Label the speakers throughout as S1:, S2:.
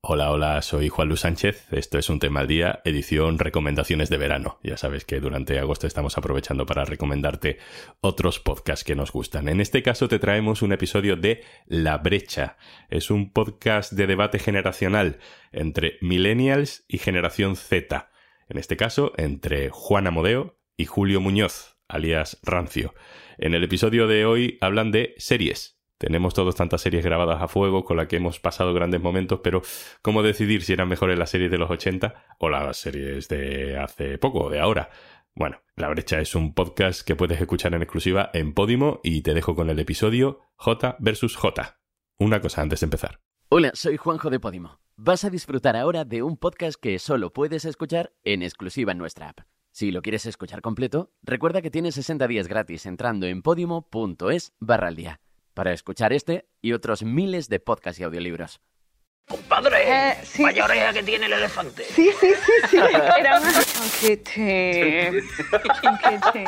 S1: Hola, hola, soy Juan Luis Sánchez. Esto es Un Tema al Día, edición Recomendaciones de Verano. Ya sabes que durante agosto estamos aprovechando para recomendarte otros podcasts que nos gustan. En este caso te traemos un episodio de La Brecha. Es un podcast de debate generacional entre millennials y generación Z. En este caso, entre Juan Amodeo y Julio Muñoz, alias Rancio. En el episodio de hoy hablan de series, tenemos todos tantas series grabadas a fuego con las que hemos pasado grandes momentos, pero ¿cómo decidir si eran mejores las series de los 80 o las series de hace poco o de ahora? Bueno, La Brecha es un podcast que puedes escuchar en exclusiva en Podimo y te dejo con el episodio J vs J. Una cosa antes de empezar.
S2: Hola, soy Juanjo de Podimo. Vas a disfrutar ahora de un podcast que solo puedes escuchar en exclusiva en nuestra app. Si lo quieres escuchar completo, recuerda que tienes 60 días gratis entrando en podimo.es barra al día para escuchar este y otros miles de podcasts y audiolibros.
S3: Compadre,
S4: Eh, sí.
S3: vaya oreja que tiene el elefante.
S4: Sí, sí, sí, sí. Era una... Chanquete. Chanquete.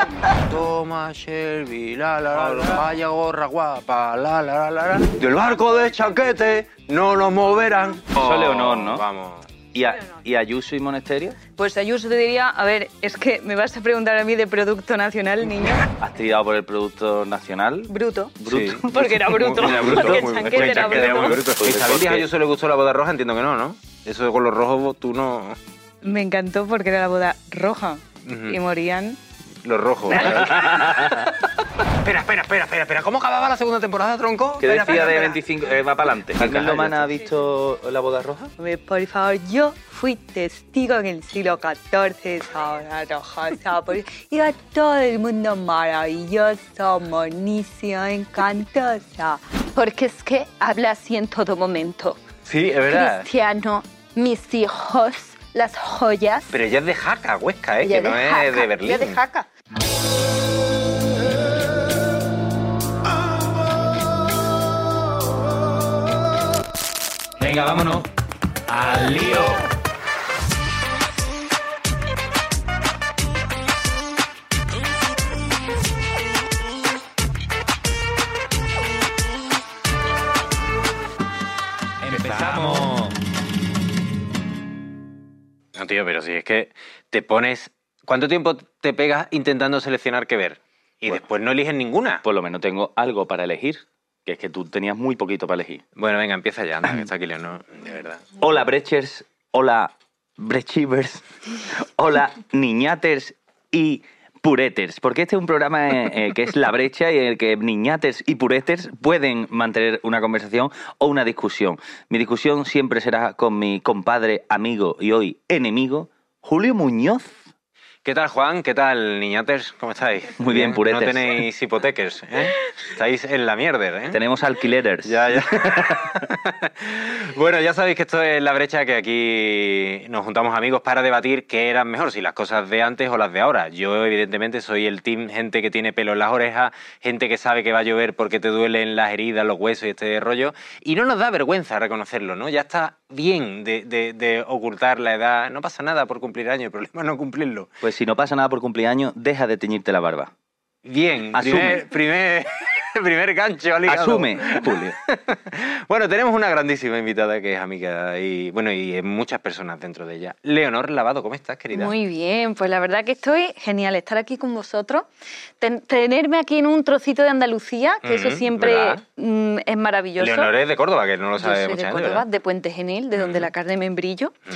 S5: Toma Shelby, la la la, la vaya gorra guapa, la la la la. la. Del barco de chaquete no nos moverán.
S6: Eso es Leonor, ¿no?
S5: Oh, Vamos.
S6: ¿Y, a- y Ayuso y Monesterio?
S4: Pues Ayuso te diría, a ver, es que me vas a preguntar a mí de Producto Nacional, niño.
S6: ¿Has tirado por el Producto Nacional?
S4: Bruto.
S6: Bruto.
S4: Porque era bruto.
S5: Era bruto,
S4: Porque
S5: muy-
S4: Chanquete
S5: muy
S4: era
S5: chanquete, era
S4: bruto.
S5: muy bruto.
S6: Pues
S5: Isabel Díaz,
S6: porque-
S5: a Ayuso le gustó la boda roja? Entiendo que no, ¿no? Eso de con los rojos vos- tú no...
S4: Me encantó porque era la boda roja.
S5: Ujú.
S4: Y morían.
S5: Los rojos. espera, espera, espera, espera, espera. ¿Cómo acababa la segunda temporada, tronco?
S6: ¿Qué
S5: Espera,
S6: decía
S5: espera,
S6: de
S5: espera.
S6: 25? eh, va para adelante.
S5: Venga,
S6: ¿Carmen
S5: ya
S6: Lomana
S5: está.
S6: ha visto la boda roja?
S4: Hombre, Por favor, yo fui testigo en el siglo XIV de esa boda roja. esa boda- Era todo el mundo maravilloso, monísimo, encantosa.
S7: Porque es que habla así en todo momento.
S5: Sí, es verdad.
S7: Cristiano, mis hijos, las joyas.
S5: Pero ella es de Jaca, Huesca, ¿eh?
S7: Ella
S5: que no
S7: de
S5: es
S7: Jaca,
S5: de
S7: ella
S5: Berlín.
S7: de Jaca.
S6: Venga, vámonos. ¡Al lío! Empezamos.
S5: No, tío, pero si es que te pones... ¿Cuánto tiempo te pegas intentando seleccionar qué ver? Y
S6: Bueno.
S5: después no eliges ninguna.
S6: Por lo menos tengo algo para elegir, que es que tú tenías muy poquito para elegir.
S5: Bueno, venga, empieza ya, anda, que está aquí Leonor, de verdad.
S6: Hola Brechers, hola Brechivers, hola Niñaters y Pureters, porque este es un programa eh, eh, que es la brecha y en el que niñaters y pureters pueden mantener una conversación o una discusión. Mi discusión siempre será con mi compadre, amigo y hoy enemigo, Julio Muñoz.
S5: ¿Qué tal, Juan? ¿Qué tal, niñaters? ¿Cómo estáis?
S6: Muy bien, puretes.
S5: No tenéis hipoteques, ¿eh? Estáis en la mierda, ¿eh?
S6: Tenemos alquileres.
S5: Ya, ya. bueno, ya sabéis que esto es la brecha que aquí nos juntamos amigos para debatir qué eran mejor, si las cosas de antes o las de ahora. Yo, evidentemente, soy el team gente que tiene pelo en las orejas, gente que sabe que va a llover porque te duelen las heridas, los huesos y este rollo. Y no nos da vergüenza reconocerlo, ¿no? Ya está bien de, de- de ocultar la edad. No pasa nada por cumplir años, el problema es no cumplirlo.
S6: Pues si no pasa nada por cumpleaños, deja de teñirte la barba.
S5: Bien,
S6: Asume.
S5: primer, primer, primer gancho al hígado.
S6: Asume, Julio.
S5: Bueno, tenemos una grandísima invitada que es amiga y bueno, y muchas personas dentro de ella. Leonor Lavado, ¿cómo estás, querida?
S7: Muy bien, pues la verdad que estoy genial estar aquí con vosotros, ten- tenerme aquí en un trocito de Andalucía, que eso
S5: Ujú,
S7: siempre
S5: ¿verdad?
S7: mm, es maravilloso.
S5: Leonor es de Córdoba, que no lo
S7: Yo
S5: sabe
S7: soy
S5: mucha
S7: de
S5: gente,
S7: Córdoba,
S5: ¿verdad?
S7: de Puente Genil, de donde
S5: Ujú.
S7: la carne me brillo.
S5: Mm.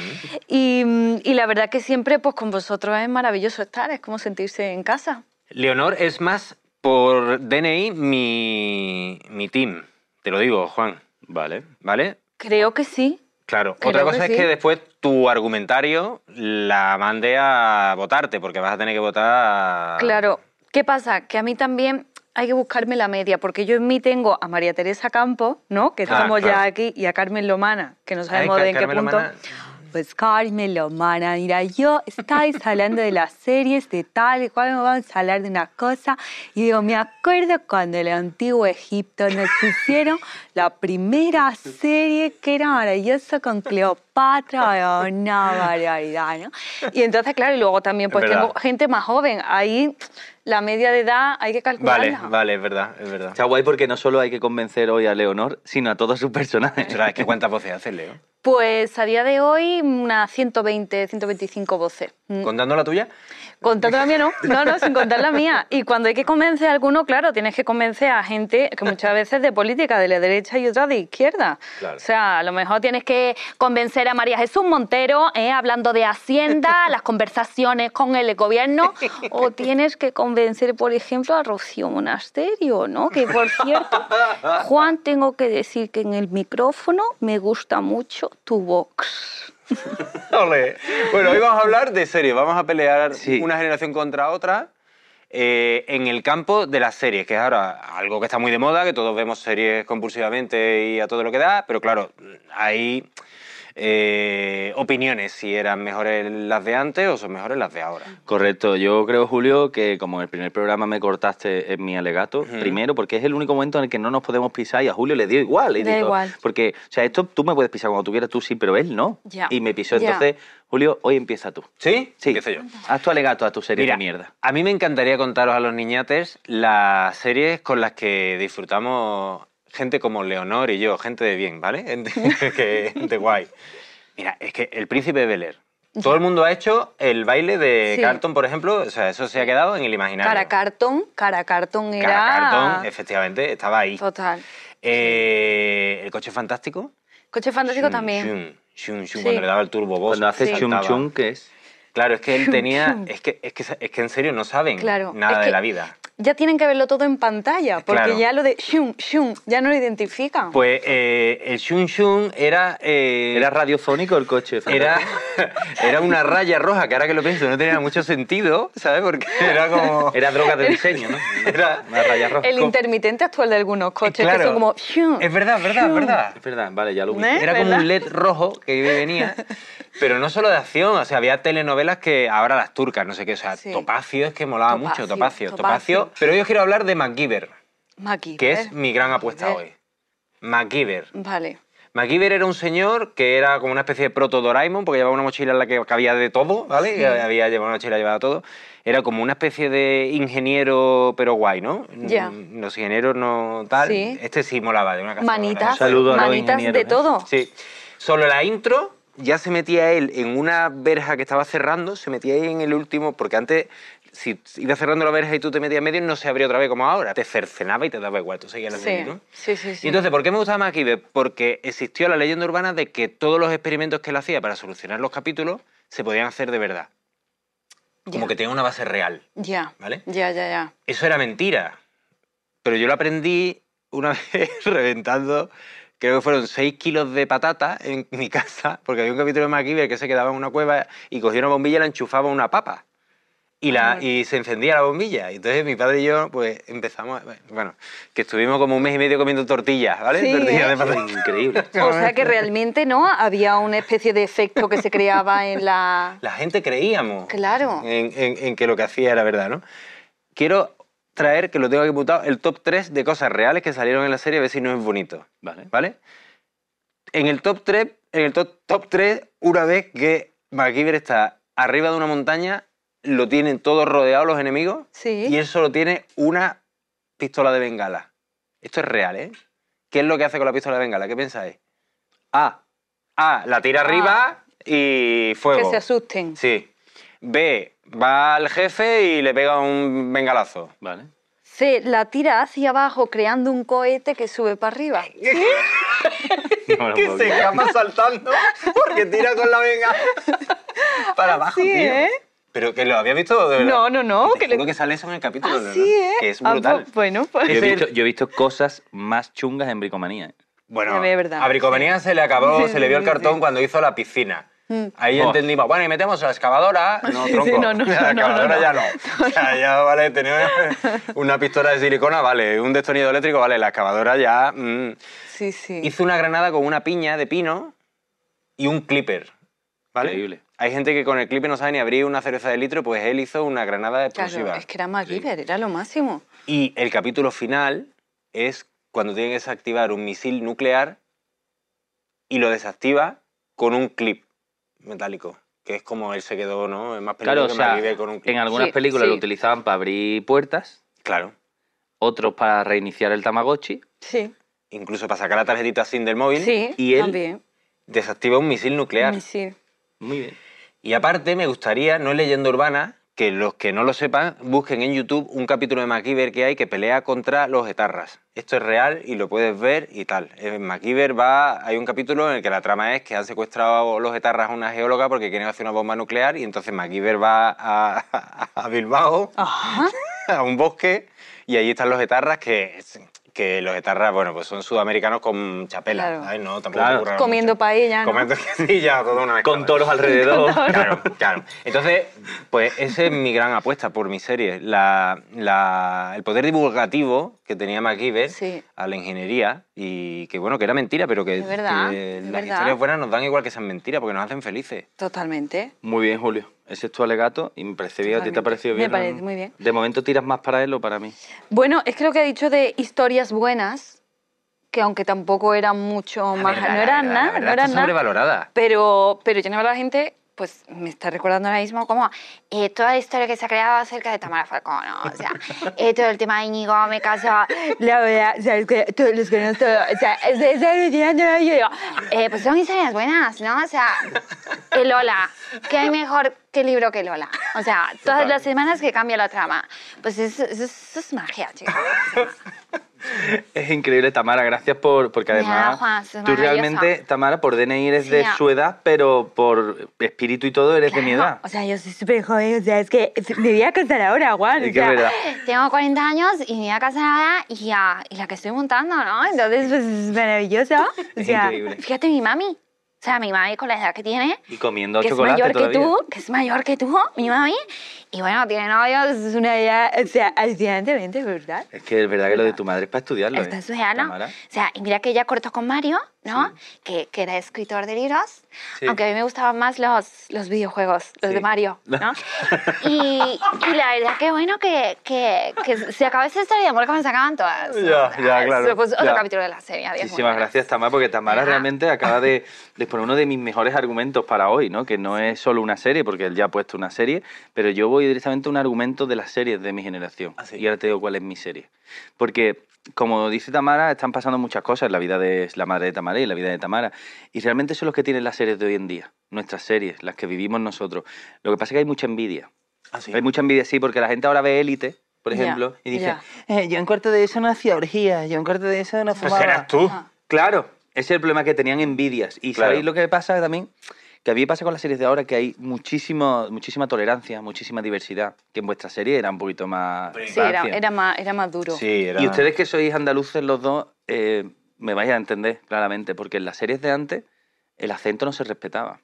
S7: Y, mm, y la verdad que siempre pues con vosotros es maravilloso estar, es como sentirse en casa.
S5: Leonor es más por DNI mi, mi team, te lo digo, Juan,
S6: Vale.
S5: ¿vale?
S7: Creo que sí,
S5: Claro,
S7: Creo
S5: otra cosa
S7: que
S5: es que
S7: sí.
S5: después tu argumentario la mande a votarte, porque vas a tener que votar...
S7: Claro, ¿qué pasa? Que a mí también hay que buscarme la media, porque yo en mí tengo a María Teresa Campos, ¿no? Que
S5: Ah,
S7: estamos ya
S5: claro.
S7: aquí, y a Carmen Lomana, que no
S5: Ay,
S7: sabemos de en qué
S5: Carmen
S7: punto.
S5: Lomana,
S7: Pues Carmen Lomana, mira, yo estáis hablando de las series, de tal y cual, vamos a hablar de una cosa. Y digo, me acuerdo cuando en el antiguo Egipto nos hicieron la primera serie que era maravillosa con Cleopatra, una barbaridad, ¿no? Y entonces, claro, y luego también
S5: Es
S7: pues
S5: verdad.
S7: tengo gente más joven, ahí
S4: la media de edad hay que
S5: Vale,
S4: calcularla.
S5: vale, es verdad, es verdad.
S6: Está guay porque no solo hay que convencer hoy a Leonor, sino a todos sus personajes.
S5: Ostras, es que cuántas voces haces, Leo.
S4: Pues a día de hoy, unas 120, 125 voces. Mm.
S5: ¿Contando la tuya?
S4: Contando la mía, no. No, no, sin contar la mía. Y cuando hay que convencer a alguno, claro, tienes que convencer a gente que muchas veces de política, de la derecha y otra de izquierda.
S5: Claro.
S4: O sea, a lo mejor tienes que convencer a María Jesús Montero eh, hablando de Hacienda, las conversaciones con el gobierno. O tienes que convencer, por ejemplo, a Rocío Monasterio, ¿no? Que, por cierto, Juan, tengo que decir que en el micrófono me gusta mucho tu box.
S5: Ole. Bueno, hoy vamos a hablar de series. Vamos a pelear
S6: Sí.
S5: una generación contra otra eh, en el campo de las series, que es ahora algo que está muy de moda, que todos vemos series compulsivamente y a todo lo que da, pero claro, hay eh, opiniones si eran mejores las de antes o son mejores las de ahora.
S6: Correcto, yo creo, Julio, que como en el primer programa me cortaste en mi alegato, primero porque es el único momento en el que no nos podemos pisar y a Julio le dio igual. y
S4: Da
S6: dijo,
S4: igual.
S6: Porque, o sea, esto tú me puedes pisar cuando tú quieras tú sí, pero él no.
S4: Ya.
S6: Y me pisó.
S4: Ya.
S6: Entonces, Julio, hoy empieza tú.
S5: ¿Sí?
S6: Sí,
S5: Empiezo yo.
S6: haz tu alegato a tu serie
S5: Mira,
S6: de mierda.
S5: A mí me encantaría contaros a los niñates las series con las que disfrutamos gente como Leonor y yo, gente de bien, ¿vale? Gente, que- gente guay. Mira, es que El Príncipe de Bel-Air. Todo el mundo ha hecho el baile de
S4: Sí.
S5: Carlton, por ejemplo. O sea, eso se ha quedado en el imaginario.
S4: Cara cartón, cara cartón era...
S5: Cara Carlton, efectivamente, estaba ahí.
S4: Total.
S5: Eh, el coche fantástico.
S4: Coche fantástico
S5: Shun,
S4: también.
S5: shun, shun, shun,
S4: Sí.
S5: Cuando le daba el turbo boss.
S6: Cuando haces
S4: Sí.
S6: chum
S5: saltaba.
S6: chum, ¿qué es?
S5: Claro, es que él tenía. Es que, es que, es que en serio no saben
S4: Claro,
S5: nada
S4: es
S5: de
S4: que-
S5: la vida.
S4: Ya tienen que verlo todo en pantalla, porque
S5: Claro.
S4: ya lo de shum, shum, ya no lo identifican.
S5: Pues eh, el Shun Shun era. eh,
S6: ¿Era radiofónico el coche?
S5: era, era una raya roja, que ahora que lo pienso no tenía mucho sentido, ¿sabes? Porque era como.
S6: Era droga de diseño, ¿no?
S5: Era-
S6: una raya roja.
S4: el intermitente actual de algunos coches, que
S5: Claro.
S4: son como shum.
S5: Es verdad, es verdad, es verdad.
S6: Es verdad, vale, ya lo ubico.
S4: ¿Eh?
S5: Era como
S4: ¿Verdad?
S5: un LED rojo que venía, pero no solo de acción, o sea, había telenovelas que ahora las turcas, no sé qué, o sea,
S4: Sí.
S5: Topacio es que molaba
S4: Topacio,
S5: mucho, Topacio,
S4: Topacio.
S5: Topacio, Pero yo quiero hablar de MacGyver,
S4: MacGyver.
S5: que es mi gran apuesta
S4: MacGyver.
S5: hoy. MacGyver.
S4: Vale.
S5: MacGyver era un señor que era como una especie de proto Doraemon, porque llevaba una mochila en la que cabía de todo, ¿vale? Y Había llevado una mochila llevaba todo. Era como una especie de ingeniero, pero guay, ¿no?
S4: Ya.
S5: Mm, Los ingenieros no tal.
S4: Sí.
S5: Este sí molaba de una casa.
S4: Manitas,
S6: saludo a los
S4: manitas de
S6: ingenieros, ¿eh?
S4: todo.
S5: Sí. Solo la intro ya se metía él en una verja que estaba cerrando, se metía ahí en el último, porque antes si iba cerrando la verja y tú te metías en medio no se abría otra vez como ahora. Te cercenaba y te daba igual, tú seguías la serie,
S4: Sí,
S5: ¿no?
S4: sí, sí. sí.
S5: Y entonces, ¿por qué me gustaba MacGyver? Porque existió la leyenda urbana de que todos los experimentos que él hacía para solucionar los capítulos se podían hacer de verdad. Como
S4: Ya.
S5: que tenía una base real,
S4: ya.
S5: ¿vale?
S4: ya, ya, ya.
S5: Eso era mentira. Pero yo lo aprendí una vez reventando, creo que fueron 6 kilos de patata en mi casa, porque había un capítulo de MacGyver que se quedaba en una cueva y cogía una bombilla y la enchufaba a una papa. Y, la, y se encendía la bombilla. Y entonces mi padre y yo, pues empezamos. a- Bueno, que estuvimos como un mes y medio comiendo tortillas, ¿vale?
S4: Sí,
S5: tortillas
S4: ¿eh?
S5: de patata.
S6: Increíble.
S4: O sea que realmente no había una especie de efecto que se creaba en la.
S5: la gente creíamos
S4: Claro.
S5: en, en- en que lo que hacía era verdad, ¿no? Quiero traer, que lo tengo aquí apuntado, el top 3 de cosas reales que salieron en la serie, a ver si no es bonito,
S6: Vale.
S5: ¿vale? En el top 3, en el top, top 3 una vez que MacGyver está arriba de una montaña, lo tienen todos rodeados los enemigos
S4: Sí.
S5: y él solo tiene una pistola de bengala. Esto es real, ¿eh? ¿Qué es lo que hace con la pistola de bengala? ¿Qué pensáis? A. A. La tira arriba
S4: que
S5: y fuego.
S4: se asusten.
S5: Sí. B, va al jefe y le pega un bengalazo.
S6: Vale.
S4: Se la tira hacia abajo creando un cohete que sube para arriba.
S6: No lo
S4: pues
S5: Que
S6: puedo
S5: se
S6: creer.
S5: escapa saltando porque tira con la bengala para abajo,
S4: Sí,
S5: tío.
S4: ¿eh?
S5: Pero que lo había visto de verdad.
S4: No, no, no,
S5: Te
S4: que le-
S5: juro que sale eso en el capítulo. de
S4: Así,
S5: verdad,
S4: ¿eh?
S5: Que es
S4: Ah,
S5: brutal.
S4: pues, bueno, pues.
S6: Yo he,
S5: Ese-
S6: visto, yo he visto cosas más chungas en bricomanía. ¿eh?
S5: Bueno,
S4: Es verdad.
S5: a Bricomanía se le acabó,
S4: Sí,
S5: se le vio el
S4: sí,
S5: cartón
S4: sí. Mm.
S5: cuando hizo la piscina. Ahí
S6: Buah.
S5: entendimos, bueno, y metemos la excavadora. No,
S4: Sí, sí,
S5: tronco.
S4: no, no, no,
S5: la
S4: no,
S5: excavadora
S4: no.
S5: ya no. O sea, ya vale, tener una pistola de silicona, vale, un destornillador eléctrico, vale, la excavadora ya. mm.
S4: Sí, sí.
S5: Hizo una granada con una piña de pino y un clipper. ¿Vale?
S6: Increíble.
S5: Hay gente que con el clipper no sabe ni abrir una cerveza de litro, pues él hizo una granada explosiva.
S4: Claro, es que era MacGyver, era lo máximo.
S5: Y el capítulo final es cuando tienen que desactivar un misil nuclear y lo desactiva con un clip metálico. que es como él se quedó, ¿no? Es más
S6: Claro,
S5: peligro
S6: o
S5: que
S6: sea,
S5: Maribel con un club.
S6: en algunas
S4: Sí,
S6: películas lo
S4: sí.
S6: utilizaban para abrir puertas,
S5: Claro.
S6: otros para reiniciar el Tamagotchi.
S4: Sí,
S5: Incluso para sacar la tarjetita SIM del móvil.
S4: sí,
S5: Y él
S4: también.
S5: desactiva un misil nuclear.
S4: Sí.
S6: Muy bien.
S5: Y aparte, me gustaría, no es leyenda urbana, que los que no lo sepan, busquen en YouTube un capítulo de MacGyver que hay que pelea contra los etarras. Esto es real y lo puedes ver y tal. En MacGyver va, hay un capítulo en el que la trama es que han secuestrado los etarras a una geóloga porque quieren hacer una bomba nuclear y entonces MacGyver va a, a Bilbao,
S4: Ajá.
S5: a un bosque, y allí están los etarras que... que los etarras, bueno, pues son sudamericanos con chapela,
S4: Claro.
S5: ¿sabes? No, tampoco
S6: Claro.
S5: se curran
S4: Comiendo
S5: mucho.
S4: paella, Ah, ¿no?
S5: Comiendo quesilla, toda una
S6: Con
S5: mezcla.
S6: toros alrededor.
S5: Claro, claro. Entonces, pues esa es mi gran apuesta por mi serie. La, la- el poder divulgativo que tenía MacGyver
S4: Sí.
S5: a la ingeniería y que, bueno, que era mentira, pero que,
S4: Es verdad,
S5: que
S4: es
S5: las
S4: verdad.
S5: historias buenas nos dan igual que sean mentiras porque nos hacen felices.
S4: Totalmente.
S6: Muy bien, Julio. Ese es tu alegato y me parece bien. ¿A ti te ha
S4: Totalmente.
S6: parecido
S4: Me
S6: bien?
S4: parece muy bien.
S6: De momento tiras más para él o para mí.
S4: Bueno, es que lo que ha dicho de historias buenas, que aunque tampoco eran mucho más, no eran nada, no eran nada.
S5: sobrevalorada.
S4: Pero, pero yo no veo a la gente, pues me está recordando ahora mismo como eh, toda la historia que se ha creado acerca de Tamara Falcón, ¿no? o sea, eh, todo el tema de Íñigo, me caso, la verdad, ¿sabes que Todos los conozco, o sea, es, es alucinante, ¿no? yo digo, eh, pues son historias buenas, ¿no? O sea, que Lola, ¿qué hay mejor que libro que Lola? O sea, todas las semanas que cambia la trama, pues eso, eso- eso es magia, chicos.
S6: Es increíble, Tamara, gracias por. Porque
S4: Ya,
S6: además.
S4: Juan, es
S6: tú
S4: maravillosa.
S6: realmente, Tamara, por DNI eres de
S4: Sí, ya.
S6: su edad, pero por espíritu y todo eres de mi edad.
S4: O sea, yo soy súper joven, o sea, es que me voy a casar ahora, guau.
S6: Es
S4: o
S6: que es
S4: sea,
S6: verdad.
S4: Tengo 40 años y mi vida casada y, ah, y la que estoy montando, ¿no? Entonces, pues es maravilloso. O
S6: Es
S4: sea,
S6: increíble.
S4: fíjate mi mami. O sea, mi mami con la edad que tiene,
S6: Y comiendo
S4: que es
S6: chocolate
S4: mayor
S6: todavía.
S4: que tú, que es mayor que tú, mi mami. Y bueno, tiene novios, es una edad, o sea, alucinantemente, ¿verdad?
S6: Es que es verdad que lo de tu madre es para estudiarlo.
S4: Está
S6: ¿eh,
S4: Sujana.
S6: Tamara?
S4: O sea, y mira que ella cortó con Mario, ¿no? Que, que era escritor de libros.
S6: Sí.
S4: Aunque a mí me gustaban más los, los videojuegos, los
S6: Sí.
S4: de Mario, ¿no? y, y la verdad que bueno que, que, que se acabó esa historia de amor que me sacaban todas. ¿no?
S6: Ya, ya,
S4: Eso,
S6: claro,
S4: pues, otro
S6: ya.
S4: capítulo de la serie. adiós,
S6: Muchísimas
S4: buenas.
S6: gracias, Tamara, porque Tamara
S4: Ajá.
S6: realmente acaba de, de poner uno de mis mejores argumentos para hoy, ¿no? Que no es solo una serie, porque él ya ha puesto una serie, pero yo voy directamente a un argumento de las series de mi generación.
S5: Ah, sí.
S6: Y ahora te digo cuál es mi serie. Porque, como dice Tamara, están pasando muchas cosas en la vida de la madre de Tamara y en la vida de Tamara. Y realmente son los que tienen las series de hoy en día, nuestras series, las que vivimos nosotros. Lo que pasa es que hay mucha envidia. Hay mucha envidia, Ah, sí, porque la gente ahora ve élite. Por
S4: Ya,
S6: ejemplo, y dice,
S4: ya.
S6: "Eh, yo en cuarto de eso no hacía orgías, yo en cuarto de eso no
S5: Pues
S6: fumaba.
S5: eras tú.
S4: Ah,
S6: Claro, ese es el problema que tenían envidias. Y
S5: Claro.
S6: sabéis lo que pasa también, que a mí me pasa con las series de ahora que hay muchísimo, muchísima tolerancia, muchísima diversidad, que en vuestra serie era un poquito más...
S4: Sí, era,
S6: rancia.
S4: era más, era más duro.
S5: Sí, era...
S6: Y ustedes que sois andaluces los dos, eh, me vais a entender claramente, porque en las series de antes el acento no se respetaba.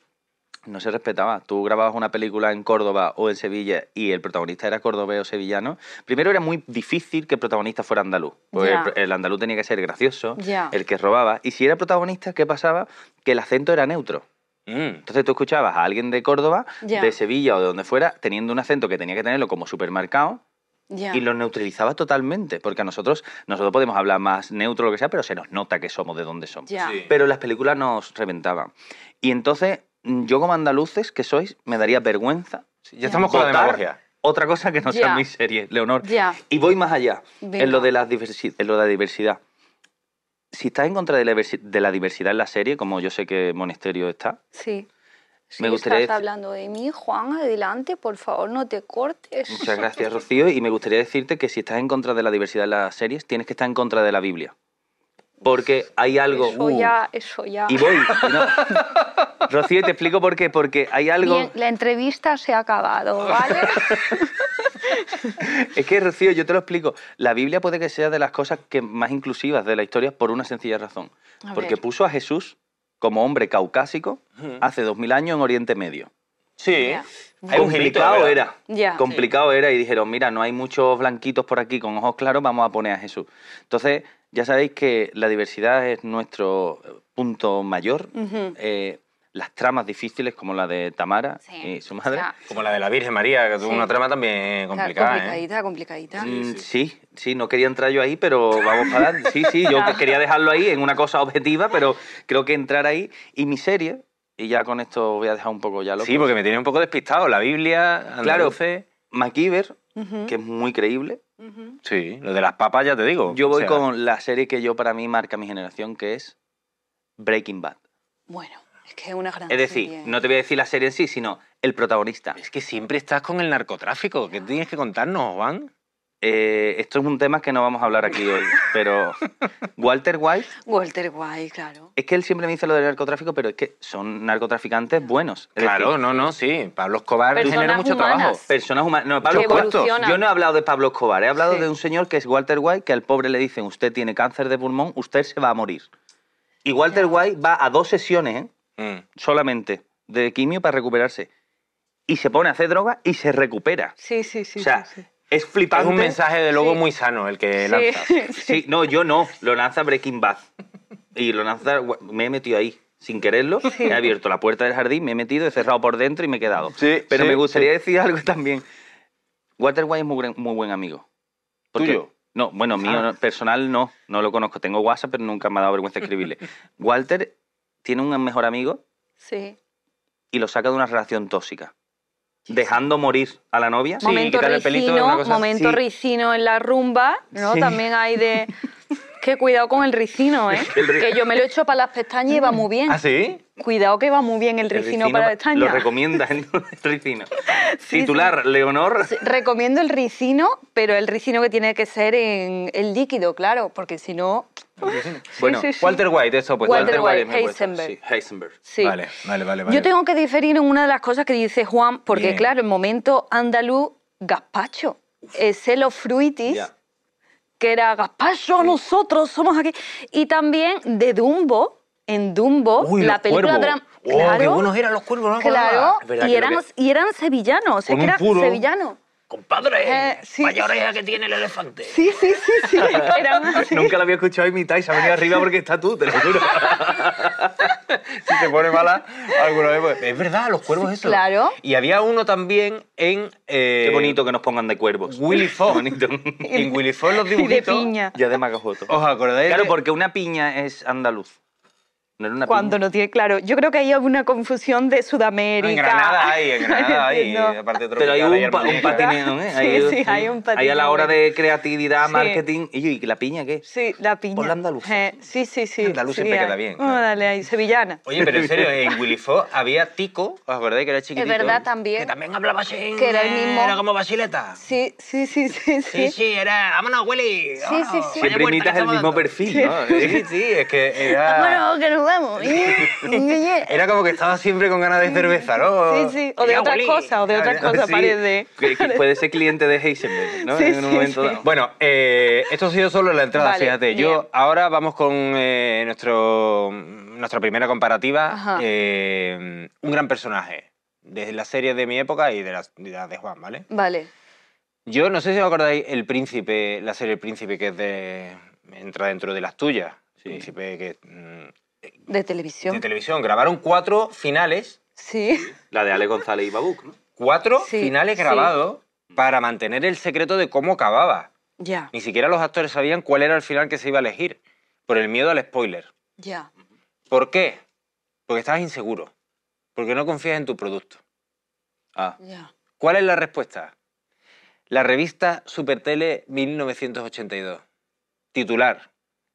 S6: No se respetaba. Tú grababas una película en Córdoba o en Sevilla y el protagonista era cordobés o sevillano. Primero era muy difícil que el protagonista fuera andaluz. porque
S4: Ya.
S6: el pro- el andaluz tenía que ser gracioso,
S4: Ya.
S6: el que robaba. Y si era protagonista, ¿qué pasaba? Que el acento era neutro.
S5: Mm.
S6: Entonces tú escuchabas a alguien de Córdoba,
S4: Ya.
S6: de Sevilla o de donde fuera, teniendo un acento que tenía que tenerlo como supermercado,
S4: Ya.
S6: y lo neutralizaba totalmente, porque a nosotros, nosotros podemos hablar más neutro lo que sea, pero se nos nota que somos de donde somos.
S4: Ya.
S5: Sí.
S6: Pero las películas nos reventaban. Y entonces, mm, yo como andaluces que sois, me daría vergüenza
S5: Ya estamos con la
S6: votar
S5: demagogia.
S6: otra cosa que no sea
S4: Ya.
S6: mi serie, Leonor.
S4: Ya.
S6: Y voy más allá,
S4: Venga.
S6: en lo, de la diversi- en lo de la diversidad. Si estás en contra de la, diversi- de la diversidad en la serie, como yo sé que Monasterio está,
S4: Sí.
S6: me gustaría...
S4: Estás
S6: dec-
S4: hablando de mí, Juan, adelante, por favor, no te cortes.
S6: Muchas gracias, Rocío. Y me gustaría decirte que si estás en contra de la diversidad en las series, tienes que estar en contra de la Biblia. Porque hay algo... Uh.
S4: Eso ya, eso ya.
S6: Y voy. no. Rocío, y te explico por qué. Porque hay algo...
S4: Bien, la entrevista se ha acabado, ¿vale?
S6: Es que, Rocío, yo te lo explico. La Biblia puede que sea de las cosas que más inclusivas de la historia por una sencilla razón.
S4: A
S6: Porque
S4: ver.
S6: puso a Jesús como hombre caucásico hace dos mil años en Oriente Medio.
S5: Ah, Sí.
S4: Ya.
S5: Hay un hilito,
S6: complicado
S5: ¿verdad?
S6: era.
S4: Ya.
S6: Complicado era y dijeron, mira, no hay muchos blanquitos por aquí con ojos claros, vamos a poner a Jesús. Entonces, ya sabéis que la diversidad es nuestro eh, punto mayor.
S4: Ujú.
S6: Eh, las tramas difíciles como la de Tamara
S4: Sí.
S6: y su madre.
S4: O sea,
S5: Como la de la Virgen María, que tuvo
S4: Sí.
S5: una trama también complicada, ¿eh?
S4: complicadita, complicadita.
S6: Mm, Sí sí. no quería entrar yo ahí, pero vamos para adelante. Sí, sí, yo quería dejarlo ahí en una cosa objetiva, pero creo que entrar ahí. Y mi serie, y ya con esto voy a dejar un poco ya lo
S5: Sí, porque me tiene un poco despistado. La Biblia,
S6: Claro.
S5: andaluces.
S6: MacGyver,
S4: Ujú.
S6: que es muy creíble.
S5: Sí, lo de las papas ya te digo.
S6: Yo
S5: O
S6: voy
S5: sea,
S6: con la serie que yo para mí marca mi generación, que es Breaking Bad.
S4: Bueno, es que es una gran
S6: Es decir,
S4: serie.
S6: no te voy a decir la serie en sí, sino el protagonista.
S5: Es que siempre estás con el narcotráfico. ¿Qué tienes que contarnos, Juan?
S6: Eh, esto es un tema que no vamos a hablar aquí hoy, pero Walter White,
S4: Walter White, claro.
S6: es que él siempre me dice lo del narcotráfico, pero es que son narcotraficantes buenos. Es
S5: Claro,
S6: decir,
S5: no, no, sí. Pablo Escobar
S4: Personas
S5: genera mucho
S4: humanas.
S5: trabajo.
S6: Personas humanas. No, Pablo
S4: Que
S6: Escobar.
S4: evolucionan.
S6: Yo no he hablado de Pablo Escobar, he hablado
S4: Sí.
S6: de un señor que es Walter White, que al pobre le dicen, usted tiene cáncer de pulmón, usted se va a morir. Y Walter White va a dos sesiones, ¿eh?
S5: Mm.
S6: solamente, de quimio para recuperarse. Y se pone a hacer droga y se recupera.
S4: Sí, sí, sí.
S6: o sea,
S4: sí, sí.
S6: es flipante.
S5: Es un mensaje de luego
S4: Sí.
S5: muy sano el que
S4: Sí.
S5: lanzas.
S6: Sí, no, yo no. Lo lanza Breaking Bad. Y lo lanza. Me he metido ahí, sin quererlo. He abierto la puerta del jardín, me he metido, he cerrado por dentro y me he quedado.
S5: Sí,
S6: Pero
S5: sí,
S6: me gustaría decir algo también. Walter White es muy, gran- muy buen amigo. Porque-
S5: ¿Tuyo?
S6: No, bueno, mío
S5: Ah.
S6: no, personal no. No lo conozco. Tengo WhatsApp, pero nunca me ha dado vergüenza escribirle. Walter tiene un mejor amigo
S4: Sí.
S6: y lo saca de una relación tóxica. Dejando morir a la novia.
S4: momento
S5: quitarle el pelito, una
S4: ricino,
S5: cosa-
S4: momento
S6: sí.
S4: ricino en la rumba, ¿no?
S6: Sí.
S4: También hay de... Que cuidado con el ricino, ¿eh?
S6: El ri-
S4: Que yo me lo he hecho para las pestañas y va muy bien.
S5: ¿Ah, sí?
S4: Cuidado que va muy bien el
S6: El
S4: ricino, para
S6: va- Lo
S4: pestañas.
S6: recomienda el ricino. Titular, Leonor.
S4: Sí, Recomiendo el ricino, pero el ricino que tiene que ser en el líquido, claro, porque si no...
S6: Bueno,
S4: sí, sí.
S5: Walter White, eso pues.
S4: Walter White,
S6: es mi apuesta,
S4: Heisenberg.
S6: sí, Heisenberg.
S4: Sí.
S5: Vale, vale, vale. vale.
S4: Yo tengo que diferir en una de las cosas que dice Juan, porque
S5: Bien.
S4: claro, el momento andaluz, gazpacho, el celo fruitis,
S6: Ya.
S4: que era gazpacho, nosotros somos aquí, y también de Dumbo, en Dumbo,
S5: Uy,
S4: la
S5: los
S4: película dram-
S5: cuervos. Oh, qué buenos eran los cuervos, no me acordaba.
S4: claro,
S5: Es verdad
S4: y
S5: que lo que-
S4: eran, y eran sevillanos, es
S5: Con
S4: que
S5: un
S4: eran
S5: puro.
S4: sevillanos.
S8: Compadre,
S4: Eh, sí. Eh,
S8: vaya oreja que tiene el elefante.
S4: Sí, sí, sí, sí, eran así.
S6: Nunca la había escuchado imitar y se ha venido arriba porque está tú, te lo juro.
S5: si te pone mala alguna vez. pues, Es verdad, los cuervos eso.
S4: claro.
S5: Y había uno también en... eh,
S6: Qué bonito que nos pongan de cuervos.
S5: Willy Fox.
S6: bonito.
S5: en Willy Fox los
S4: de
S5: dibujitos.
S4: piña.
S6: ya de Magajoto.
S5: ¿Os acordáis?
S6: Claro,
S5: de-
S6: porque una piña es andaluz. No era una
S4: Cuando
S6: piña.
S4: no tiene claro, yo creo que ahí hubo una confusión de Sudamérica.
S5: En Granada hay, en Granada hay.
S4: No.
S5: Aparte de
S6: Pero hay
S5: tropical,
S6: un, pa- un
S5: almendra.
S6: patineo, ¿eh?
S4: Sí, sí, hay un
S6: Ahí a la
S4: patineo.
S6: hora de creatividad,
S4: Sí.
S6: marketing. Y, yo, ¿y la piña qué?
S4: Sí, la piña.
S6: Por la andaluza.
S4: Eh, sí, sí, sí.
S5: Andaluz
S4: sí,
S5: siempre
S4: ahí.
S5: queda bien,
S4: Vamos a
S5: claro.
S4: darle ahí, sevillana.
S5: Oye, pero en serio, en Willy Fox había Tico, ¿os acordáis Ah, que era
S4: Es
S5: chiquitito?
S4: verdad
S8: Que
S4: también.
S8: también hablaba así.
S4: Que era el mismo.
S8: Era como Basileta. Sí,
S4: Sí, sí, sí, sí,
S8: sí,
S4: sí.
S8: era. Vámonos, Willy.
S4: sí,
S5: Oh.
S8: vámonos.
S4: sí.
S8: Vaya
S6: Siempre
S8: vuelta
S6: imitas
S8: que
S6: el
S8: estamos
S6: mismo
S8: dando.
S6: perfil, ¿no?
S5: Sí, sí, es que era...
S4: Vámonos, que nos vamos.
S5: Era como que estaba siempre con ganas de cerveza,
S4: Sí,
S5: ¿no?
S4: sí, o de
S8: Ya
S4: otras
S8: huelí.
S4: cosas, o de otras cosas,
S6: Sí,
S4: parece.
S6: que- que puede ser cliente de Heisenberg, ¿no?
S4: Sí,
S6: en un
S4: sí,
S6: momento
S4: sí.
S6: dado.
S5: Bueno, eh, esto ha sido solo la entrada,
S4: Vale,
S5: fíjate.
S4: bien.
S5: Yo ahora vamos con eh, nuestro, nuestra primera comparativa.
S4: Ajá.
S5: eh, un gran personaje de la serie de mi época y de las- de la de Juan, ¿vale?
S4: Vale.
S5: Yo no sé si os acordáis El Príncipe, la serie El Príncipe que es de entra dentro de las tuyas. Príncipe que mm,
S4: De
S5: de
S4: televisión.
S5: televisión grabaron cuatro finales,
S4: Sí.
S6: La de Ale González y Babuc, ¿no?
S5: cuatro
S4: Sí,
S5: finales
S4: sí.
S5: grabados para mantener el secreto de cómo acababa.
S4: Ya,
S5: Ni siquiera los actores sabían cuál era el final que se iba a elegir por el miedo al spoiler.
S4: ya.
S5: ¿Por qué? Porque estabas inseguro, porque no confías en tu producto.
S6: Ah.
S4: Ya.
S5: ¿Cuál es la respuesta? La revista Supertele 1982. Titular.